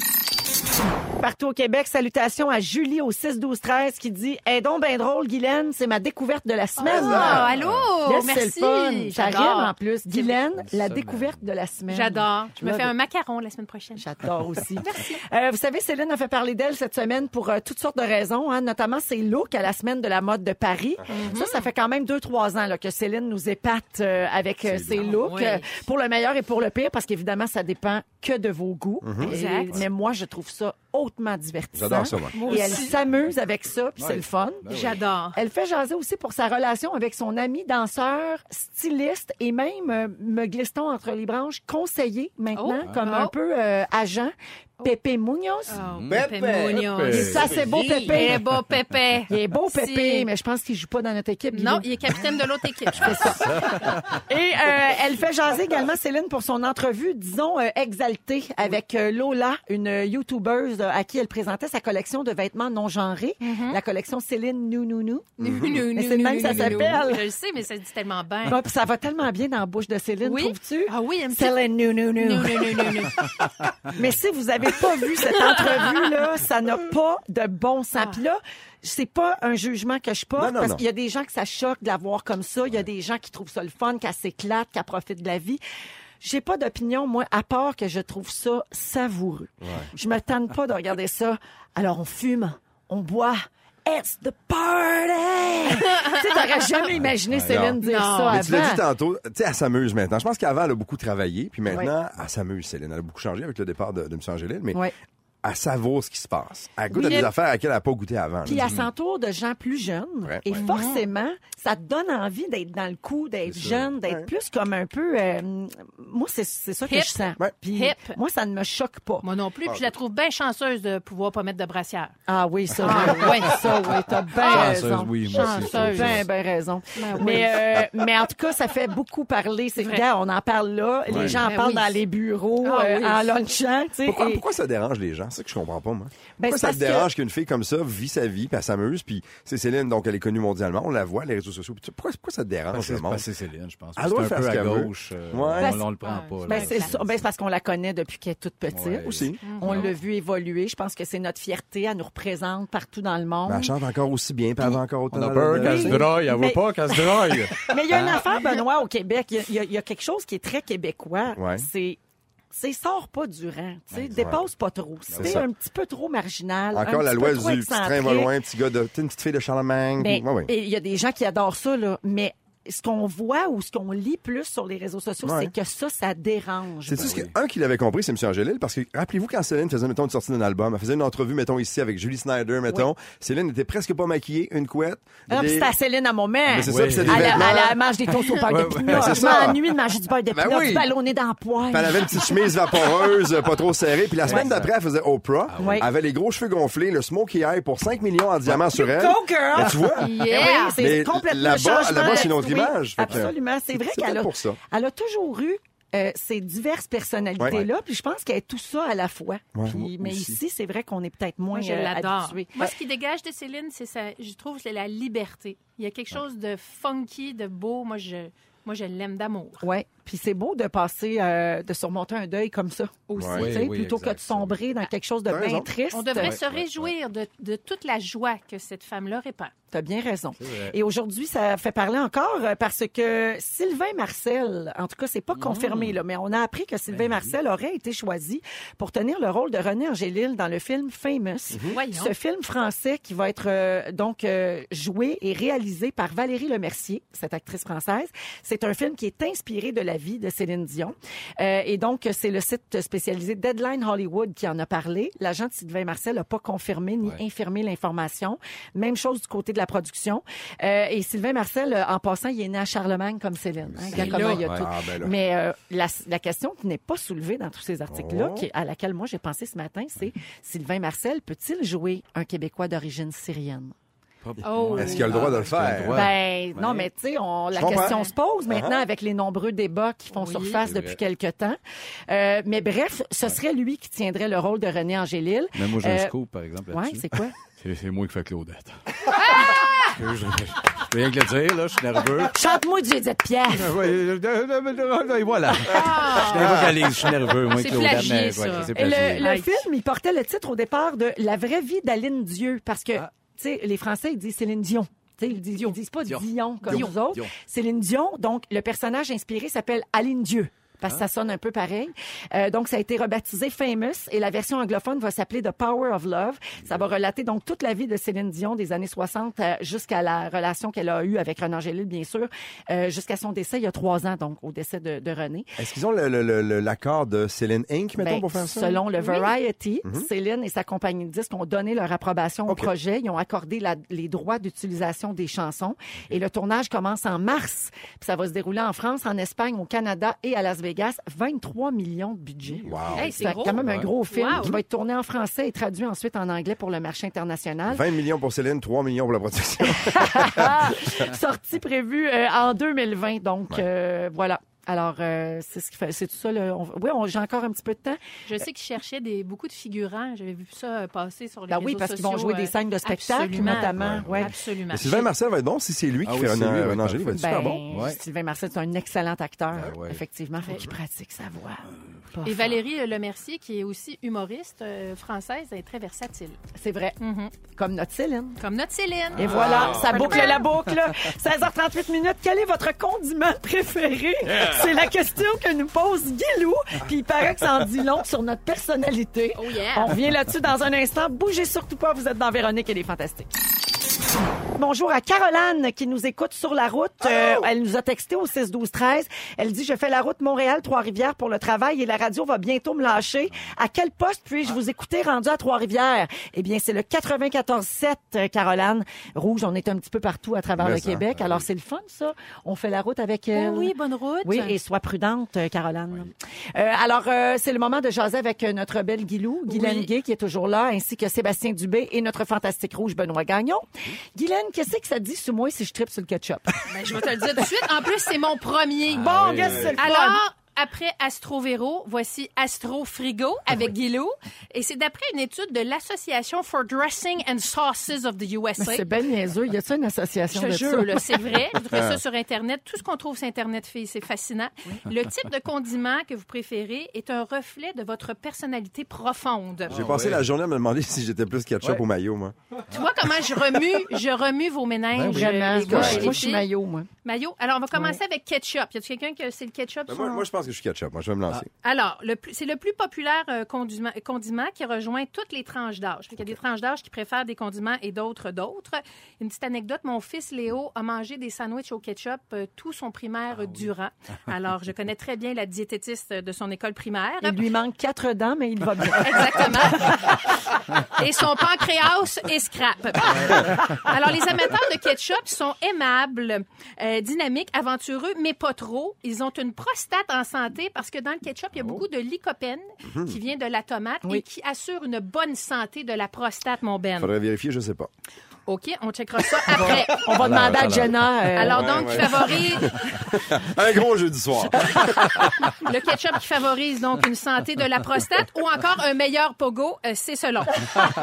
S1: Partout au Québec, salutations à Julie au 6 12 13 qui dit "Eh donc ben drôle Guylaine, c'est ma découverte de la semaine."
S3: Ah, allô?
S1: Yes, c'est
S3: merci.
S1: le fun. Ça
S3: J'adore.
S1: rime en plus. Guylaine, la
S4: Ça,
S1: découverte de la semaine.
S3: J'adore. Je me
S1: Là,
S3: fais un macaron la semaine prochaine.
S1: J'adore aussi. Euh, vous savez, Céline a fait parler d'elle cette semaine pour euh, toutes sortes de raisons, hein, notamment ses looks à la semaine de la mode de Paris.
S3: Mhm.
S1: Ça, ça fait quand même deux, trois ans là, que Céline nous épate euh, avec euh, ses looks,
S3: Oui.
S1: euh, pour le meilleur et pour le pire, parce qu'évidemment, ça dépend que de vos goûts. Et-
S3: Mhm. Exact.
S1: mais moi, je trouve ça hautement divertissant.
S2: J'adore ça, moi.
S3: Moi
S1: Et elle
S3: aussi.
S1: s'amuse avec ça, puis c'est le fun. Ben
S3: J'adore.
S1: Elle fait jaser aussi pour sa relation avec son ami danseur, styliste et même, euh, me glissons entre les branches, conseiller maintenant,
S3: Oh.
S1: comme
S3: Oh.
S1: un peu euh, agent, Pépé Munoz.
S3: Oh,
S2: Pépé.
S3: Pépé Munoz.
S2: Pépé.
S1: Et ça, c'est beau, Pépé.
S3: Eh, beau Pépé.
S1: Il est beau,
S3: Si.
S1: Pépé, mais je pense qu'il joue pas dans notre équipe.
S3: Non,
S1: Guillaume.
S3: il est capitaine de l'autre équipe. Je fais ça.
S1: Et euh, elle fait jaser également Céline pour son entrevue, disons, euh, exaltée avec euh, Lola, une euh, YouTubeuse euh, à qui elle présentait sa collection de vêtements non genrés, la collection Céline Nou Nou Nou. Mais c'est le même que ça s'appelle.
S3: Je le sais, mais ça se dit tellement bien.
S1: Ah, puis ça va tellement bien dans la bouche de Céline,
S3: Oui.
S1: trouves-tu?
S3: Ah oui, elle me dit.
S1: Céline Nou Nou Nou.
S3: Non, non, non, non, non.
S1: Mais si vous avez pas vu cette entrevue là, ça n'a pas de bon sens.
S3: Ah.
S1: Puis là, c'est pas un jugement que je porte
S2: Non, non,
S1: parce
S2: non.
S1: qu'il y a des gens que ça choque de la voir comme ça, il y a des gens qui trouvent ça le fun, qu'elle s'éclate, qu'elle profite de la vie. J'ai pas d'opinion, moi, à part que je trouve ça savoureux. Je me tanne pas de regarder ça. Alors, on fume, on boit. It's the party! tu sais, t'aurais jamais imaginé
S2: Ah,
S1: Céline dire
S3: Non.
S1: ça
S2: Mais tu l'as dit
S1: avant.
S2: tantôt, tu sais, elle s'amuse maintenant. Je pense qu'avant, elle a beaucoup travaillé, puis maintenant, elle s'amuse, Céline. Elle a beaucoup changé avec le départ de, de M. Angéline, mais
S1: Ouais.
S2: elle savoure ce qui se passe. Elle goûte
S1: Oui,
S2: à des
S1: elle-
S2: affaires à laquelle elle n'a pas goûté avant.
S1: Puis
S2: là.
S1: elle s'entoure de gens plus jeunes.
S2: Ouais,
S1: et
S2: ouais.
S1: forcément, ça te donne envie d'être dans le coup, d'être
S4: C'est
S1: jeune, d'être plus comme un peu... euh, moi, c'est c'est ça que
S3: Hip.
S1: je sens.
S2: Ouais.
S1: Puis
S3: Hip.
S1: moi, ça ne me choque pas.
S3: Moi non plus, puis je la trouve bien chanceuse de pouvoir pas mettre de brassière. Ah,
S1: Ah oui, ça, oui. Ouais, ça, oui, t'as bien
S2: Ah,
S4: Chanceuse,
S1: raison.
S4: oui, moi aussi,
S3: Chanceuse.
S1: Ben, ben raison.
S3: Ben oui.
S1: Mais, euh, mais en tout cas, ça fait beaucoup parler. C'est
S3: Vrai.
S1: vrai, on en parle là. Les
S4: Ouais.
S1: gens en
S3: Ben
S1: parlent
S3: oui.
S1: dans les bureaux,
S3: Ah
S1: euh,
S3: oui.
S1: en lunchant. tu sais,
S2: Pourquoi,
S1: et-
S2: pourquoi ça dérange les gens? C'est ça que je comprends pas, moi.
S1: Ben,
S2: pourquoi
S1: c'est
S2: ça te
S1: parce que-
S2: dérange qu'une fille comme ça vit sa vie, puis elle s'amuse, puis c'est Céline, donc elle est connue mondialement, on la voit, les réseaux sociaux. puis tu- Pourquoi, pourquoi ça te dérange,
S4: Parce
S2: le
S4: que-
S2: monde?
S4: parce que c'est Céline, je pense.
S2: Elle
S4: C'est
S2: doit
S4: un
S2: faire
S4: peu
S2: ce
S4: à
S2: qu'elle veut.
S4: gauche. euh,
S2: Ouais.
S4: on, on le prend pas. là.
S1: Ben, c'est ça. Ben, c'est parce qu'on la connaît depuis qu'elle est toute petite.
S4: Ouais.
S2: Aussi.
S1: On l'a vu évoluer. Je pense que c'est notre fierté. Elle nous représente partout dans le monde.
S2: Mais elle chante encore aussi bien, puis elle va encore autant.
S4: On a
S2: dans
S4: peur
S2: le-
S4: qu'elle se
S1: Oui.
S4: drogue. Elle
S1: Mais-
S4: veut pas qu'elle se drogue.
S1: Mais il y a une affaire, Benoît, au Québec. Il y a- il y, a- il y a quelque chose qui est très québécois.
S2: Ouais.
S1: C'est c'est sort pas du rang, tu sais, dépasse pas trop. Si t'es
S2: Ben, ça.
S1: un petit peu trop marginal,
S2: Encore
S1: un
S2: la
S1: petit
S2: loi
S1: peu
S2: du
S1: trop
S2: petit train va
S1: excentrique,
S2: loin, Ah petit gars de. T'es une petite fille de Charlemagne.
S1: Ben,
S2: Ouais, ouais.
S1: Et il y a des gens qui adorent ça, là, mais ce qu'on voit ou ce qu'on lit plus sur les réseaux sociaux,
S2: Ouais.
S1: c'est que ça, ça dérange.
S2: C'est tout ce que, un qui l'avait compris, c'est M. Angelil, parce que rappelez-vous quand Céline faisait, mettons, une sortie d'un album, elle faisait une entrevue, mettons, ici avec Julie Snyder, mettons. Céline n'était presque pas maquillée, une couette.
S1: Ah, puis
S2: des-
S1: c'est à Céline à mon
S2: Mais
S1: mère.
S2: c'est
S1: Elle,
S2: ça, puis c'est des
S1: elle,
S2: vêtements. Ben,
S1: elle mange des toasts au beurre
S4: Ouais,
S1: de
S4: ouais,
S1: pinot.
S2: c'est
S1: Je
S2: ça.
S1: m'ennuie de manger du beurre de
S2: Ben
S1: pinot,
S2: oui.
S1: du ballonné dans le poêle.
S2: Puis elle avait une petite chemise vaporeuse, euh, pas trop serrée. Puis la semaine d'après, elle faisait Oprah.
S1: oui.
S2: Elle avait les gros cheveux gonflés, le smokey eye pour 5 millions en diamants sur elle.
S1: Go, girl!
S2: Ben, tu vois?
S3: Yeah!
S1: Eh Oui,
S2: Mais
S1: c'est complètement
S2: là-bas-
S1: le changement.
S2: là-bas, c'est une autre
S1: Oui,
S2: image. Fait que-
S1: absolument. C'est vrai
S2: C'est
S1: qu'elle
S2: peut-être
S1: a,
S2: pour ça.
S1: elle a toujours eu euh, ces diverses personnalités-là, puis je pense qu'elle est tout ça à la fois.
S2: Ouais,
S1: Puis-
S2: moi
S1: mais
S2: aussi.
S1: ici, c'est vrai qu'on est peut-être moins
S3: Moi, je
S1: euh,
S3: l'adore.
S1: habitués.
S3: Moi, ce qui dégage de Céline, c'est ça, je trouve, c'est la liberté. Il y a quelque chose de funky, de beau. Moi, je, moi, je l'aime d'amour.
S1: Ouais, puis c'est beau de passer, euh, de surmonter un deuil comme ça aussi,
S4: Ouais.
S1: tu sais,
S4: Oui, oui,
S1: plutôt que de
S4: exact, ça, oui.
S1: sombrer dans quelque chose de
S2: T'as
S1: bien
S2: raison.
S1: triste.
S3: Ah. On devrait
S4: Ouais,
S3: se
S4: ouais, ouais.
S3: réjouir de, de toute la joie que cette femme-là répand.
S1: T'as bien raison.
S4: vrai.
S1: Et aujourd'hui, ça fait parler encore euh, parce que Sylvain Marcel, en tout cas, c'est pas confirmé, là, mais on a appris que Sylvain Marcel aurait été choisi pour tenir le rôle de René Angélil dans le film Famous.
S3: Voyons.
S1: Ce film français qui va être euh, donc euh, joué et réalisé par Valérie Lemercier, cette actrice française. C'est un film qui est inspiré de la vie de Céline Dion. Euh, et donc, c'est le site spécialisé Deadline Hollywood qui en a parlé. L'agent de Sylvain Marcel n'a pas confirmé ni infirmé l'information. Même chose du côté de la production. Euh, et Sylvain Marcel, euh, en passant, il est né à Charlemagne comme Céline. hein. Regarde comment il y a
S2: Ouais.
S1: tout.
S2: Ah, ben là.
S1: Mais euh, la, la question qui n'est pas soulevée dans tous ces articles-là,
S2: Oh. Mm-hmm.
S1: qui- à laquelle moi j'ai pensé ce matin, c'est Sylvain Marcel peut-il jouer un Québécois d'origine syrienne?
S3: Oh.
S2: Est-ce qu'il a le droit de le
S4: Ah, Est-ce qu'il a le
S2: faire?
S4: droit?
S1: Ben,
S4: Ouais. Ah
S1: non, mais tu sais, on- la
S2: comprends.
S1: question se pose maintenant avec les nombreux débats qui font
S3: Oui.
S1: surface
S4: C'est
S1: depuis
S4: vrai.
S1: quelque temps. Euh, mais bref, ce serait lui qui tiendrait le rôle de René Angélil.
S4: Mais moi, j'ai
S1: Euh,
S4: un scoop, par exemple,
S1: Ouais,
S4: là-dessus.
S1: c'est quoi?
S4: c'est... moi qui fais Claudette. je, je, je peux rien que le dire, là, je suis nerveux.
S1: Chante-moi du Edith Pierre.
S4: Ah, Ouais, euh, Et euh, voilà. Je dévocalise, je suis nerveux, moi,
S3: Ah! C'est
S4: Claudette.
S3: plagié,
S4: mais,
S3: ça.
S4: c'est
S1: Et
S4: plagié.
S1: le, le
S3: Nice.
S1: film, il portait le titre au départ de La vraie vie d'Aline Dieu, parce que, tu sais, les Français, ils disent Céline Dion. Tu sais, ils disent, ils disent pas Dion,
S4: Dion.
S1: comme
S4: Dion.
S1: nous autres.
S4: Dion.
S1: Céline Dion, donc le personnage inspiré s'appelle Aline Dieu. Parce que ça sonne un peu pareil. Euh, donc, ça a été rebaptisé Famous et la version anglophone va s'appeler The Power of Love. Ça va relater donc toute la vie de Céline Dion des années 60 euh, jusqu'à la relation qu'elle a eue avec René Angélil, bien sûr, euh, jusqu'à son décès il y a trois ans, donc au décès de, de René.
S2: Est-ce qu'ils ont le- le- le- le- l'accord de Céline Inc., mettons,
S1: Ben,
S2: pour faire ça?
S1: Selon le Variety, Céline et sa compagnie de disques ont donné leur approbation
S2: Mhm. OK.
S1: au projet. Ils ont accordé la- les droits d'utilisation des chansons. Et le tournage commence en mars. Puis ça va se dérouler en France, en Espagne, au Canada et à Las Vegas. 23 millions de budget.
S2: Wow.
S3: Hey,
S1: C'est
S3: c'est gros.
S1: quand même un gros film
S3: Wow.
S1: qui va être tourné en français et traduit ensuite en anglais pour le marché international.
S2: 20 millions pour Céline, 3 millions pour la production.
S1: Sortie prévue euh, en 2020. Donc euh, voilà. Alors euh, c'est ce qui fait, c'est tout ça. le- on- oui, on- j'ai encore un petit peu de temps.
S3: Je sais qu'ils cherchaient des, beaucoup de figurants. J'avais vu ça euh, passer sur les
S1: Ben
S3: réseaux
S1: oui, parce qu'ils
S3: sociaux.
S1: vont jouer des
S3: euh,
S1: scènes de spectacle,
S3: absolument.
S1: notamment. Ouais.
S3: Absolument.
S2: Mais Sylvain Marcel va être bon si c'est lui qui
S4: Ah oui,
S2: fait
S4: c'est lui,
S2: René-
S4: ouais,
S2: René Angélil, va être super
S1: Ben,
S2: bon.
S4: Ouais.
S1: Sylvain Marcel, c'est un excellent acteur.
S4: Ben ouais.
S1: Effectivement, faut qu'il pratique sa voix.
S3: Et Valérie euh, Lemercier, qui est aussi humoriste euh, française, elle est très versatile.
S1: C'est vrai.
S3: Mhm.
S1: Comme notre Céline.
S3: Comme notre Céline.
S1: Mm-hmm.
S3: Ah.
S1: Et
S4: Ah.
S1: voilà, ça boucle la boucle. 16h38 minutes. Quel est votre condiment préféré? C'est la question que nous pose Guilou. Puis il paraît que ça en dit long sur notre personnalité.
S3: Oh yeah.
S1: On revient là-dessus dans un instant. Bougez surtout pas, vous êtes dans Véronique et les Fantastiques. Bonjour à Caroline qui nous écoute sur la route. Euh, elle nous a texté au 6 12 13. Elle dit je fais la route Montréal Trois-Rivières pour le travail et la radio va bientôt me lâcher. À quel poste puis-je vous écouter rendu à Trois-Rivières Eh bien c'est le 94 7 euh, Caroline. Rouge, on est un petit peu partout à travers
S2: Mais
S1: le
S2: ça,
S1: Québec.
S2: ah
S1: Alors
S2: oui.
S1: c'est le fun ça. On fait la route avec elle.
S3: Ben Oh oui, bonne route.
S1: Oui, et sois prudente, euh, Caroline. Euh, alors, euh, c'est le moment de jaser avec euh, notre belle Guilou, Guylaine Gay, qui est toujours là, ainsi que Sébastien Dubé et notre fantastique rouge, Benoît Gagnon. Guylaine, qu'est-ce que ça dit sur moi si je tripe sur le ketchup?
S3: Ben, je vais te le dire tout de suite. En plus, c'est mon premier.
S1: Ah bon, gars, c'est le fun.
S3: Alors, après Astro Véro, voici Astro Frigo avec Guilou. Et c'est d'après une étude de l'Association for Dressing and Sauces of the USA.
S1: Mais c'est ben niaiseux. Y a-t-il une association
S3: Je te
S1: de
S3: jure,
S1: ça?
S3: là, c'est vrai. Vous trouvez
S1: Ah.
S3: ça sur Internet. Tout ce qu'on trouve sur Internet, filles, c'est fascinant. Le type de condiment que vous préférez est un reflet de votre personnalité profonde.
S1: Ah.
S2: J'ai passé
S4: ouais.
S2: la journée à me demander si j'étais plus ketchup
S4: Ouais.
S2: ou maillot, moi.
S3: Tu vois comment je remue, je remue vos ménages.
S1: Ben Vraiment.
S3: les gars
S1: Moi,
S3: et
S1: je
S3: les
S1: moi, je suis
S3: filles.
S1: maillot, moi.
S3: Maillot. Alors, on va commencer avec ketchup. Y a quelqu'un que c'est le ketchup?
S2: Ben,
S3: son-
S2: moi, moi, je pense que je suis ketchup. Moi, je vais me lancer.
S3: Alors, le plus- c'est le plus populaire euh, condiment, condiment qui rejoint toutes les tranches d'âge. Il y a des tranches d'âge qui préfèrent des condiments et d'autres d'autres. Une petite anecdote, mon fils Léo a mangé des sandwichs au ketchup euh, tout son primaire euh, durant. Alors, je connais très bien la diététiste de son école primaire.
S1: Il lui manque quatre dents, mais il va bien.
S3: Exactement. et son pancréas et scrap. Alors, les amateurs de ketchup sont aimables, euh, dynamiques, aventureux, mais pas trop. Ils ont une prostate en santé parce que dans le ketchup, il y a beaucoup de lycopène qui vient de la tomate
S1: Oui.
S3: et qui assure une bonne santé de la prostate, mon
S1: Ah.
S3: Ben.
S2: Faudrait vérifier, je sais pas.
S3: OK, on checkera ça après.
S1: On va demander à
S4: voilà.
S1: Jenna. euh,
S3: Alors
S2: Ouais,
S3: donc,
S2: ouais.
S3: qui favorise
S1: Ah.
S2: Un gros jeudi soir.
S3: le ketchup qui favorise donc une santé de la prostate ou encore un meilleur pogo, euh, c'est selon.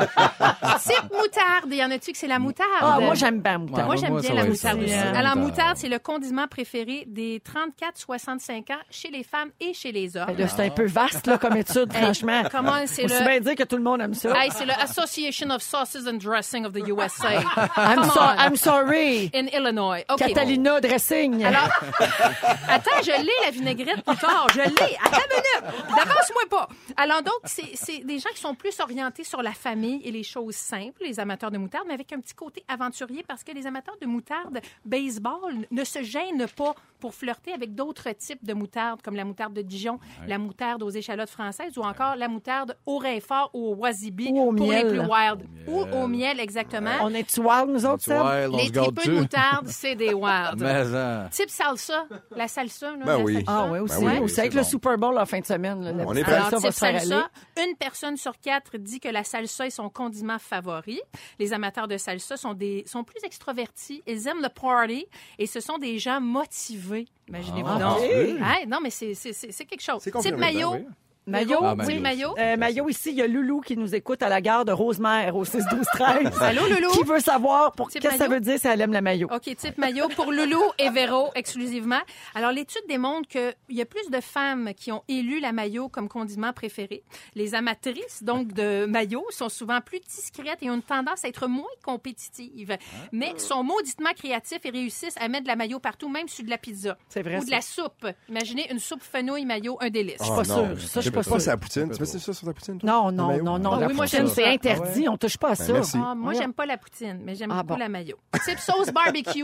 S3: Type moutarde, y en a-tu que c'est la moutarde?
S1: ah, moi, j'aime bien le moutarde.
S3: Moi,
S4: Ouais,
S3: j'aime
S4: moi,
S3: bien
S4: ça
S3: la
S4: va être
S3: moutarde
S4: ça.
S3: aussi.
S4: Ouais.
S3: Alors,
S4: Moutarde.
S3: moutarde, c'est le condiment préféré des 34-65 ans chez les femmes et chez les hommes.
S1: Ben là, C'est un peu vaste là, comme étude, franchement.
S3: Comment c'est
S1: On se
S3: le...
S1: bien dire que tout le monde aime ça.
S3: Hey, c'est le Association of Sauces and Dressing of the USA.
S1: I'm,
S3: Come
S1: so-
S3: on.
S1: I'm sorry.
S3: In Illinois. OK.
S1: Catalina Dressing.
S3: Alors, attends, je l'ai, la vinaigrette plus tard. Je l'ai. Attends une minute. D'avance-moi pas. Alors, donc, c'est c'est des gens qui sont plus orientés sur la famille et les choses simples, les amateurs de moutarde, mais avec un petit côté aventurier parce que les amateurs de moutarde baseball n- ne se gênent pas pour flirter avec d'autres types de moutarde, comme la moutarde de Dijon, la moutarde aux échalotes françaises ou encore la moutarde au Rainfort ou au Wasabi
S1: Ou au
S3: pour
S1: miel.
S3: les plus wild.
S4: Au
S3: Ou au
S4: miel.
S3: miel, exactement.
S1: on est wild, nous autres, Seb?
S4: Ouais, on
S3: Les
S4: se garde
S3: tripeux de
S4: dessus.
S3: moutarde, c'est des wild.
S4: Mais, hein,
S3: Type salsa, la salsa. Là,
S2: Ben
S3: la
S2: oui.
S3: salsa.
S1: Ah ouais aussi.
S2: Ben oui,
S1: nous, c'est
S4: c'est
S1: avec le
S4: bon.
S1: Super Bowl en fin de semaine. là, la
S2: On
S1: petite
S2: est prêt.
S1: salsa
S3: Alors,
S1: va
S3: type
S1: se faire aller.
S3: salsa, une personne sur quatre dit que la salsa est son condiment favori. Les amateurs de salsa sont, des, sont plus extrovertis. Ils aiment le party et ce sont des gens motivés. Imaginez-vous
S4: Ah,
S3: donc.
S4: oui.
S3: Ah, non, mais c'est c'est- c'est- c'est quelque chose.
S2: C'est
S3: Type
S2: confirmé,
S3: maillot.
S2: ben
S1: Maillot,
S4: Ah,
S3: oui,
S4: maillot.
S3: maillot.
S1: Euh, Maillot, ici, il y a Loulou qui nous écoute à la gare de Rosemère au 6 12 13
S3: Allô, Loulou?
S1: Qui veut savoir pour
S3: Type
S1: qu'est-ce que ça
S3: maillot?
S1: veut dire si elle aime le maillot?
S3: OK, type maillot pour Loulou et Véro exclusivement. Alors, l'étude démontre qu'il y a plus de femmes qui ont élu la maillot comme condiment préféré. Les amatrices, donc, de maillot sont souvent plus discrètes et ont une tendance à être moins compétitives,
S1: Ah.
S3: mais sont mauditement créatifs et réussissent à mettre de la maillot partout, même sur de la pizza.
S1: C'est vrai,
S3: Ou de
S1: ça. Ah,
S3: la soupe. Imaginez une soupe fenouil maillot, un délice.
S1: suis pas sûre.
S2: sûr.
S1: Ça, je suis pas
S2: pas
S1: sûre.
S2: ça à poutine. Tu mets ça sur ta poutine, toi?
S1: Non,
S2: Le
S1: non,
S2: maillot?
S1: non, non.
S3: Ah
S1: la
S3: oui, moi,
S1: poutine,
S3: j'aime
S1: c'est
S3: ça.
S1: interdit. On touche pas à ça.
S2: Ben, merci.
S3: Ah, moi,
S1: Voyons.
S3: j'aime pas la poutine, mais j'aime
S1: Ah,
S3: beaucoup
S1: bon.
S3: la maillot. Type sauce barbecue.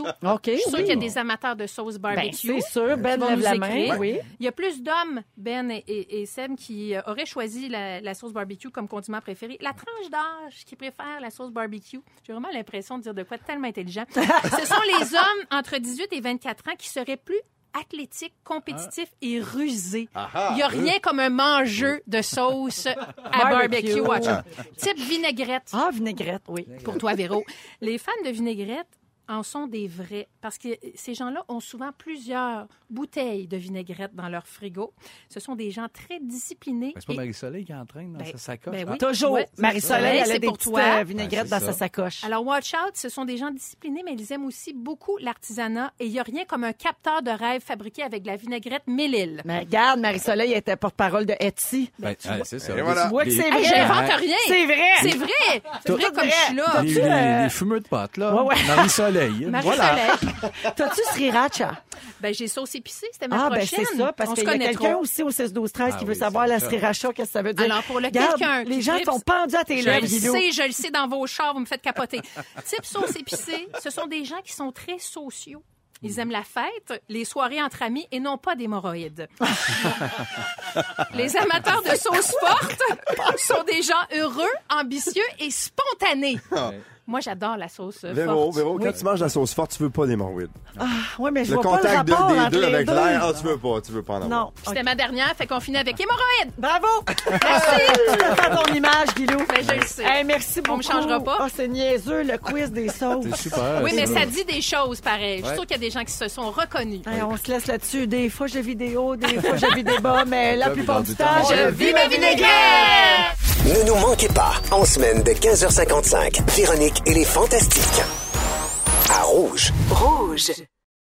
S1: OK,
S3: Je suis sûre
S1: oui.
S3: qu'il y a des amateurs de sauce
S1: Ben,
S3: barbecue.
S1: c'est sûr. Ben
S3: vont
S1: lève
S3: nous
S1: la main.
S3: écrire.
S1: Oui.
S3: Il y a plus d'hommes, Ben et, et, et Seb, qui euh, auraient choisi la, la sauce barbecue comme condiment préféré. La tranche d'âge qui préfère la sauce barbecue, j'ai vraiment l'impression de dire de quoi de tellement intelligent. Ce sont les hommes entre 18 et 24 ans qui seraient plus athlétiques, compétitifs et rusés. Il n'y a rien comme un mangeux de sauce à
S1: Barbecue.
S3: barbecue. watch. Type vinaigrette
S1: Ah, vinaigrette, oui.
S3: pour toi, Véro. Les fans de vinaigrette en sont des vrais. Parce que ces gens-là ont souvent plusieurs bouteilles de vinaigrette dans leur frigo. Ce sont des gens très disciplinés.
S4: Ben, c'est pas
S3: et-
S4: Marie-Soleil qui entraîne dans
S3: Ben,
S4: sa sacoche.
S3: ben
S4: Ah,
S3: oui.
S1: Toujours.
S3: Ouais, c'est
S1: Marie-Soleil,
S3: ça.
S1: elle a
S3: C'est
S1: des
S3: pour
S1: petites
S3: toi.
S2: Ben,
S1: euh, vinaigrettes
S4: Ouais,
S1: dans
S4: c'est
S1: sa
S4: ça.
S1: sacoche.
S3: Alors, Watch Out, ce sont des gens disciplinés, mais ils aiment aussi beaucoup l'artisanat. Et il n'y a rien comme un capteur de rêve fabriqué avec de la vinaigrette Mélile.
S1: Mais regarde, Marie-Soleil était porte-parole de Etsy.
S4: Ben, ah, c'est ça. Ah,
S2: Et voilà.
S1: Tu vois que
S4: Des-
S1: c'est
S3: Hey,
S1: vrai.
S3: J'invente rien!
S1: C'est vrai.
S3: C'est vrai! C'est
S4: Tout-
S3: vrai
S1: tout
S3: comme
S1: vrai.
S3: je suis là!
S4: des-
S1: tu,
S4: des-
S1: euh,
S4: des fumeux de pâtes, là.
S1: Ouais, ouais.
S4: Marie-Soleil.
S3: Marie-Soleil,
S4: voilà.
S1: T'as-tu sriracha?
S3: ben, j'ai sauce épicée, c'était ma
S1: Ah, ben
S3: prochaine.
S1: c'est ça, parce
S3: On se
S1: qu'il y a
S3: connaît
S1: quelqu'un
S3: trop.
S1: aussi au 6-12-13
S4: Ah
S1: qui veut
S4: oui,
S1: savoir
S4: c'est
S1: la
S4: ça.
S1: sriracha, qu'est-ce que ça veut dire.
S3: Alors, pour le
S1: Regarde,
S3: quelqu'un qui
S1: Les gens
S3: tripe-
S1: sont pendus à tes
S3: Je
S1: lèvres,
S3: le
S1: Guido.
S3: sais, je le sais dans vos chars, vous me faites capoter. Type sauce épicée, ce sont des gens qui sont très sociaux. Ils aiment la fête, les soirées entre amis et non pas d'hémorroïdes. les amateurs de sauce forte sont des gens heureux, ambitieux et spontanés. Moi, j'adore la sauce euh,
S2: Véro,
S3: forte.
S2: Véro, quand tu manges la sauce forte, tu veux pas d'hémorroïdes.
S1: Oui, mais je
S2: Le
S1: vois pas le
S2: contact de-
S1: rapport
S2: des
S1: entre
S2: deux
S1: les
S2: avec
S1: deux.
S2: l'air, ah, tu veux pas, tu veux pas en avoir.
S1: Non.
S3: C'était ma dernière, fait qu'on finit avec hémorroïdes.
S1: Bravo! Merci! T'as ton image, Guilou.
S3: Ben, je le sais.
S1: Hey, merci beaucoup.
S3: On me changera pas.
S1: Ah, c'est niaiseux, le quiz des sauces.
S4: C'est super.
S3: Oui, mais
S4: ça.
S3: ça dit des choses pareilles. Je
S4: Ouais.
S3: suis sûre qu'il y a des gens qui se sont reconnus.
S1: Hey, on se laisse là-dessus. Des fois, j'ai vidéo, des fois, j'ai vis débat, mais la
S4: La
S1: plupart du temps,
S4: plupart du temps,
S1: je
S4: je
S1: vis ma vinaigrette!
S9: Ne nous manquez pas, en semaine de 15h55, Véronique et les Fantastiques. À Rouge.
S8: Rouge.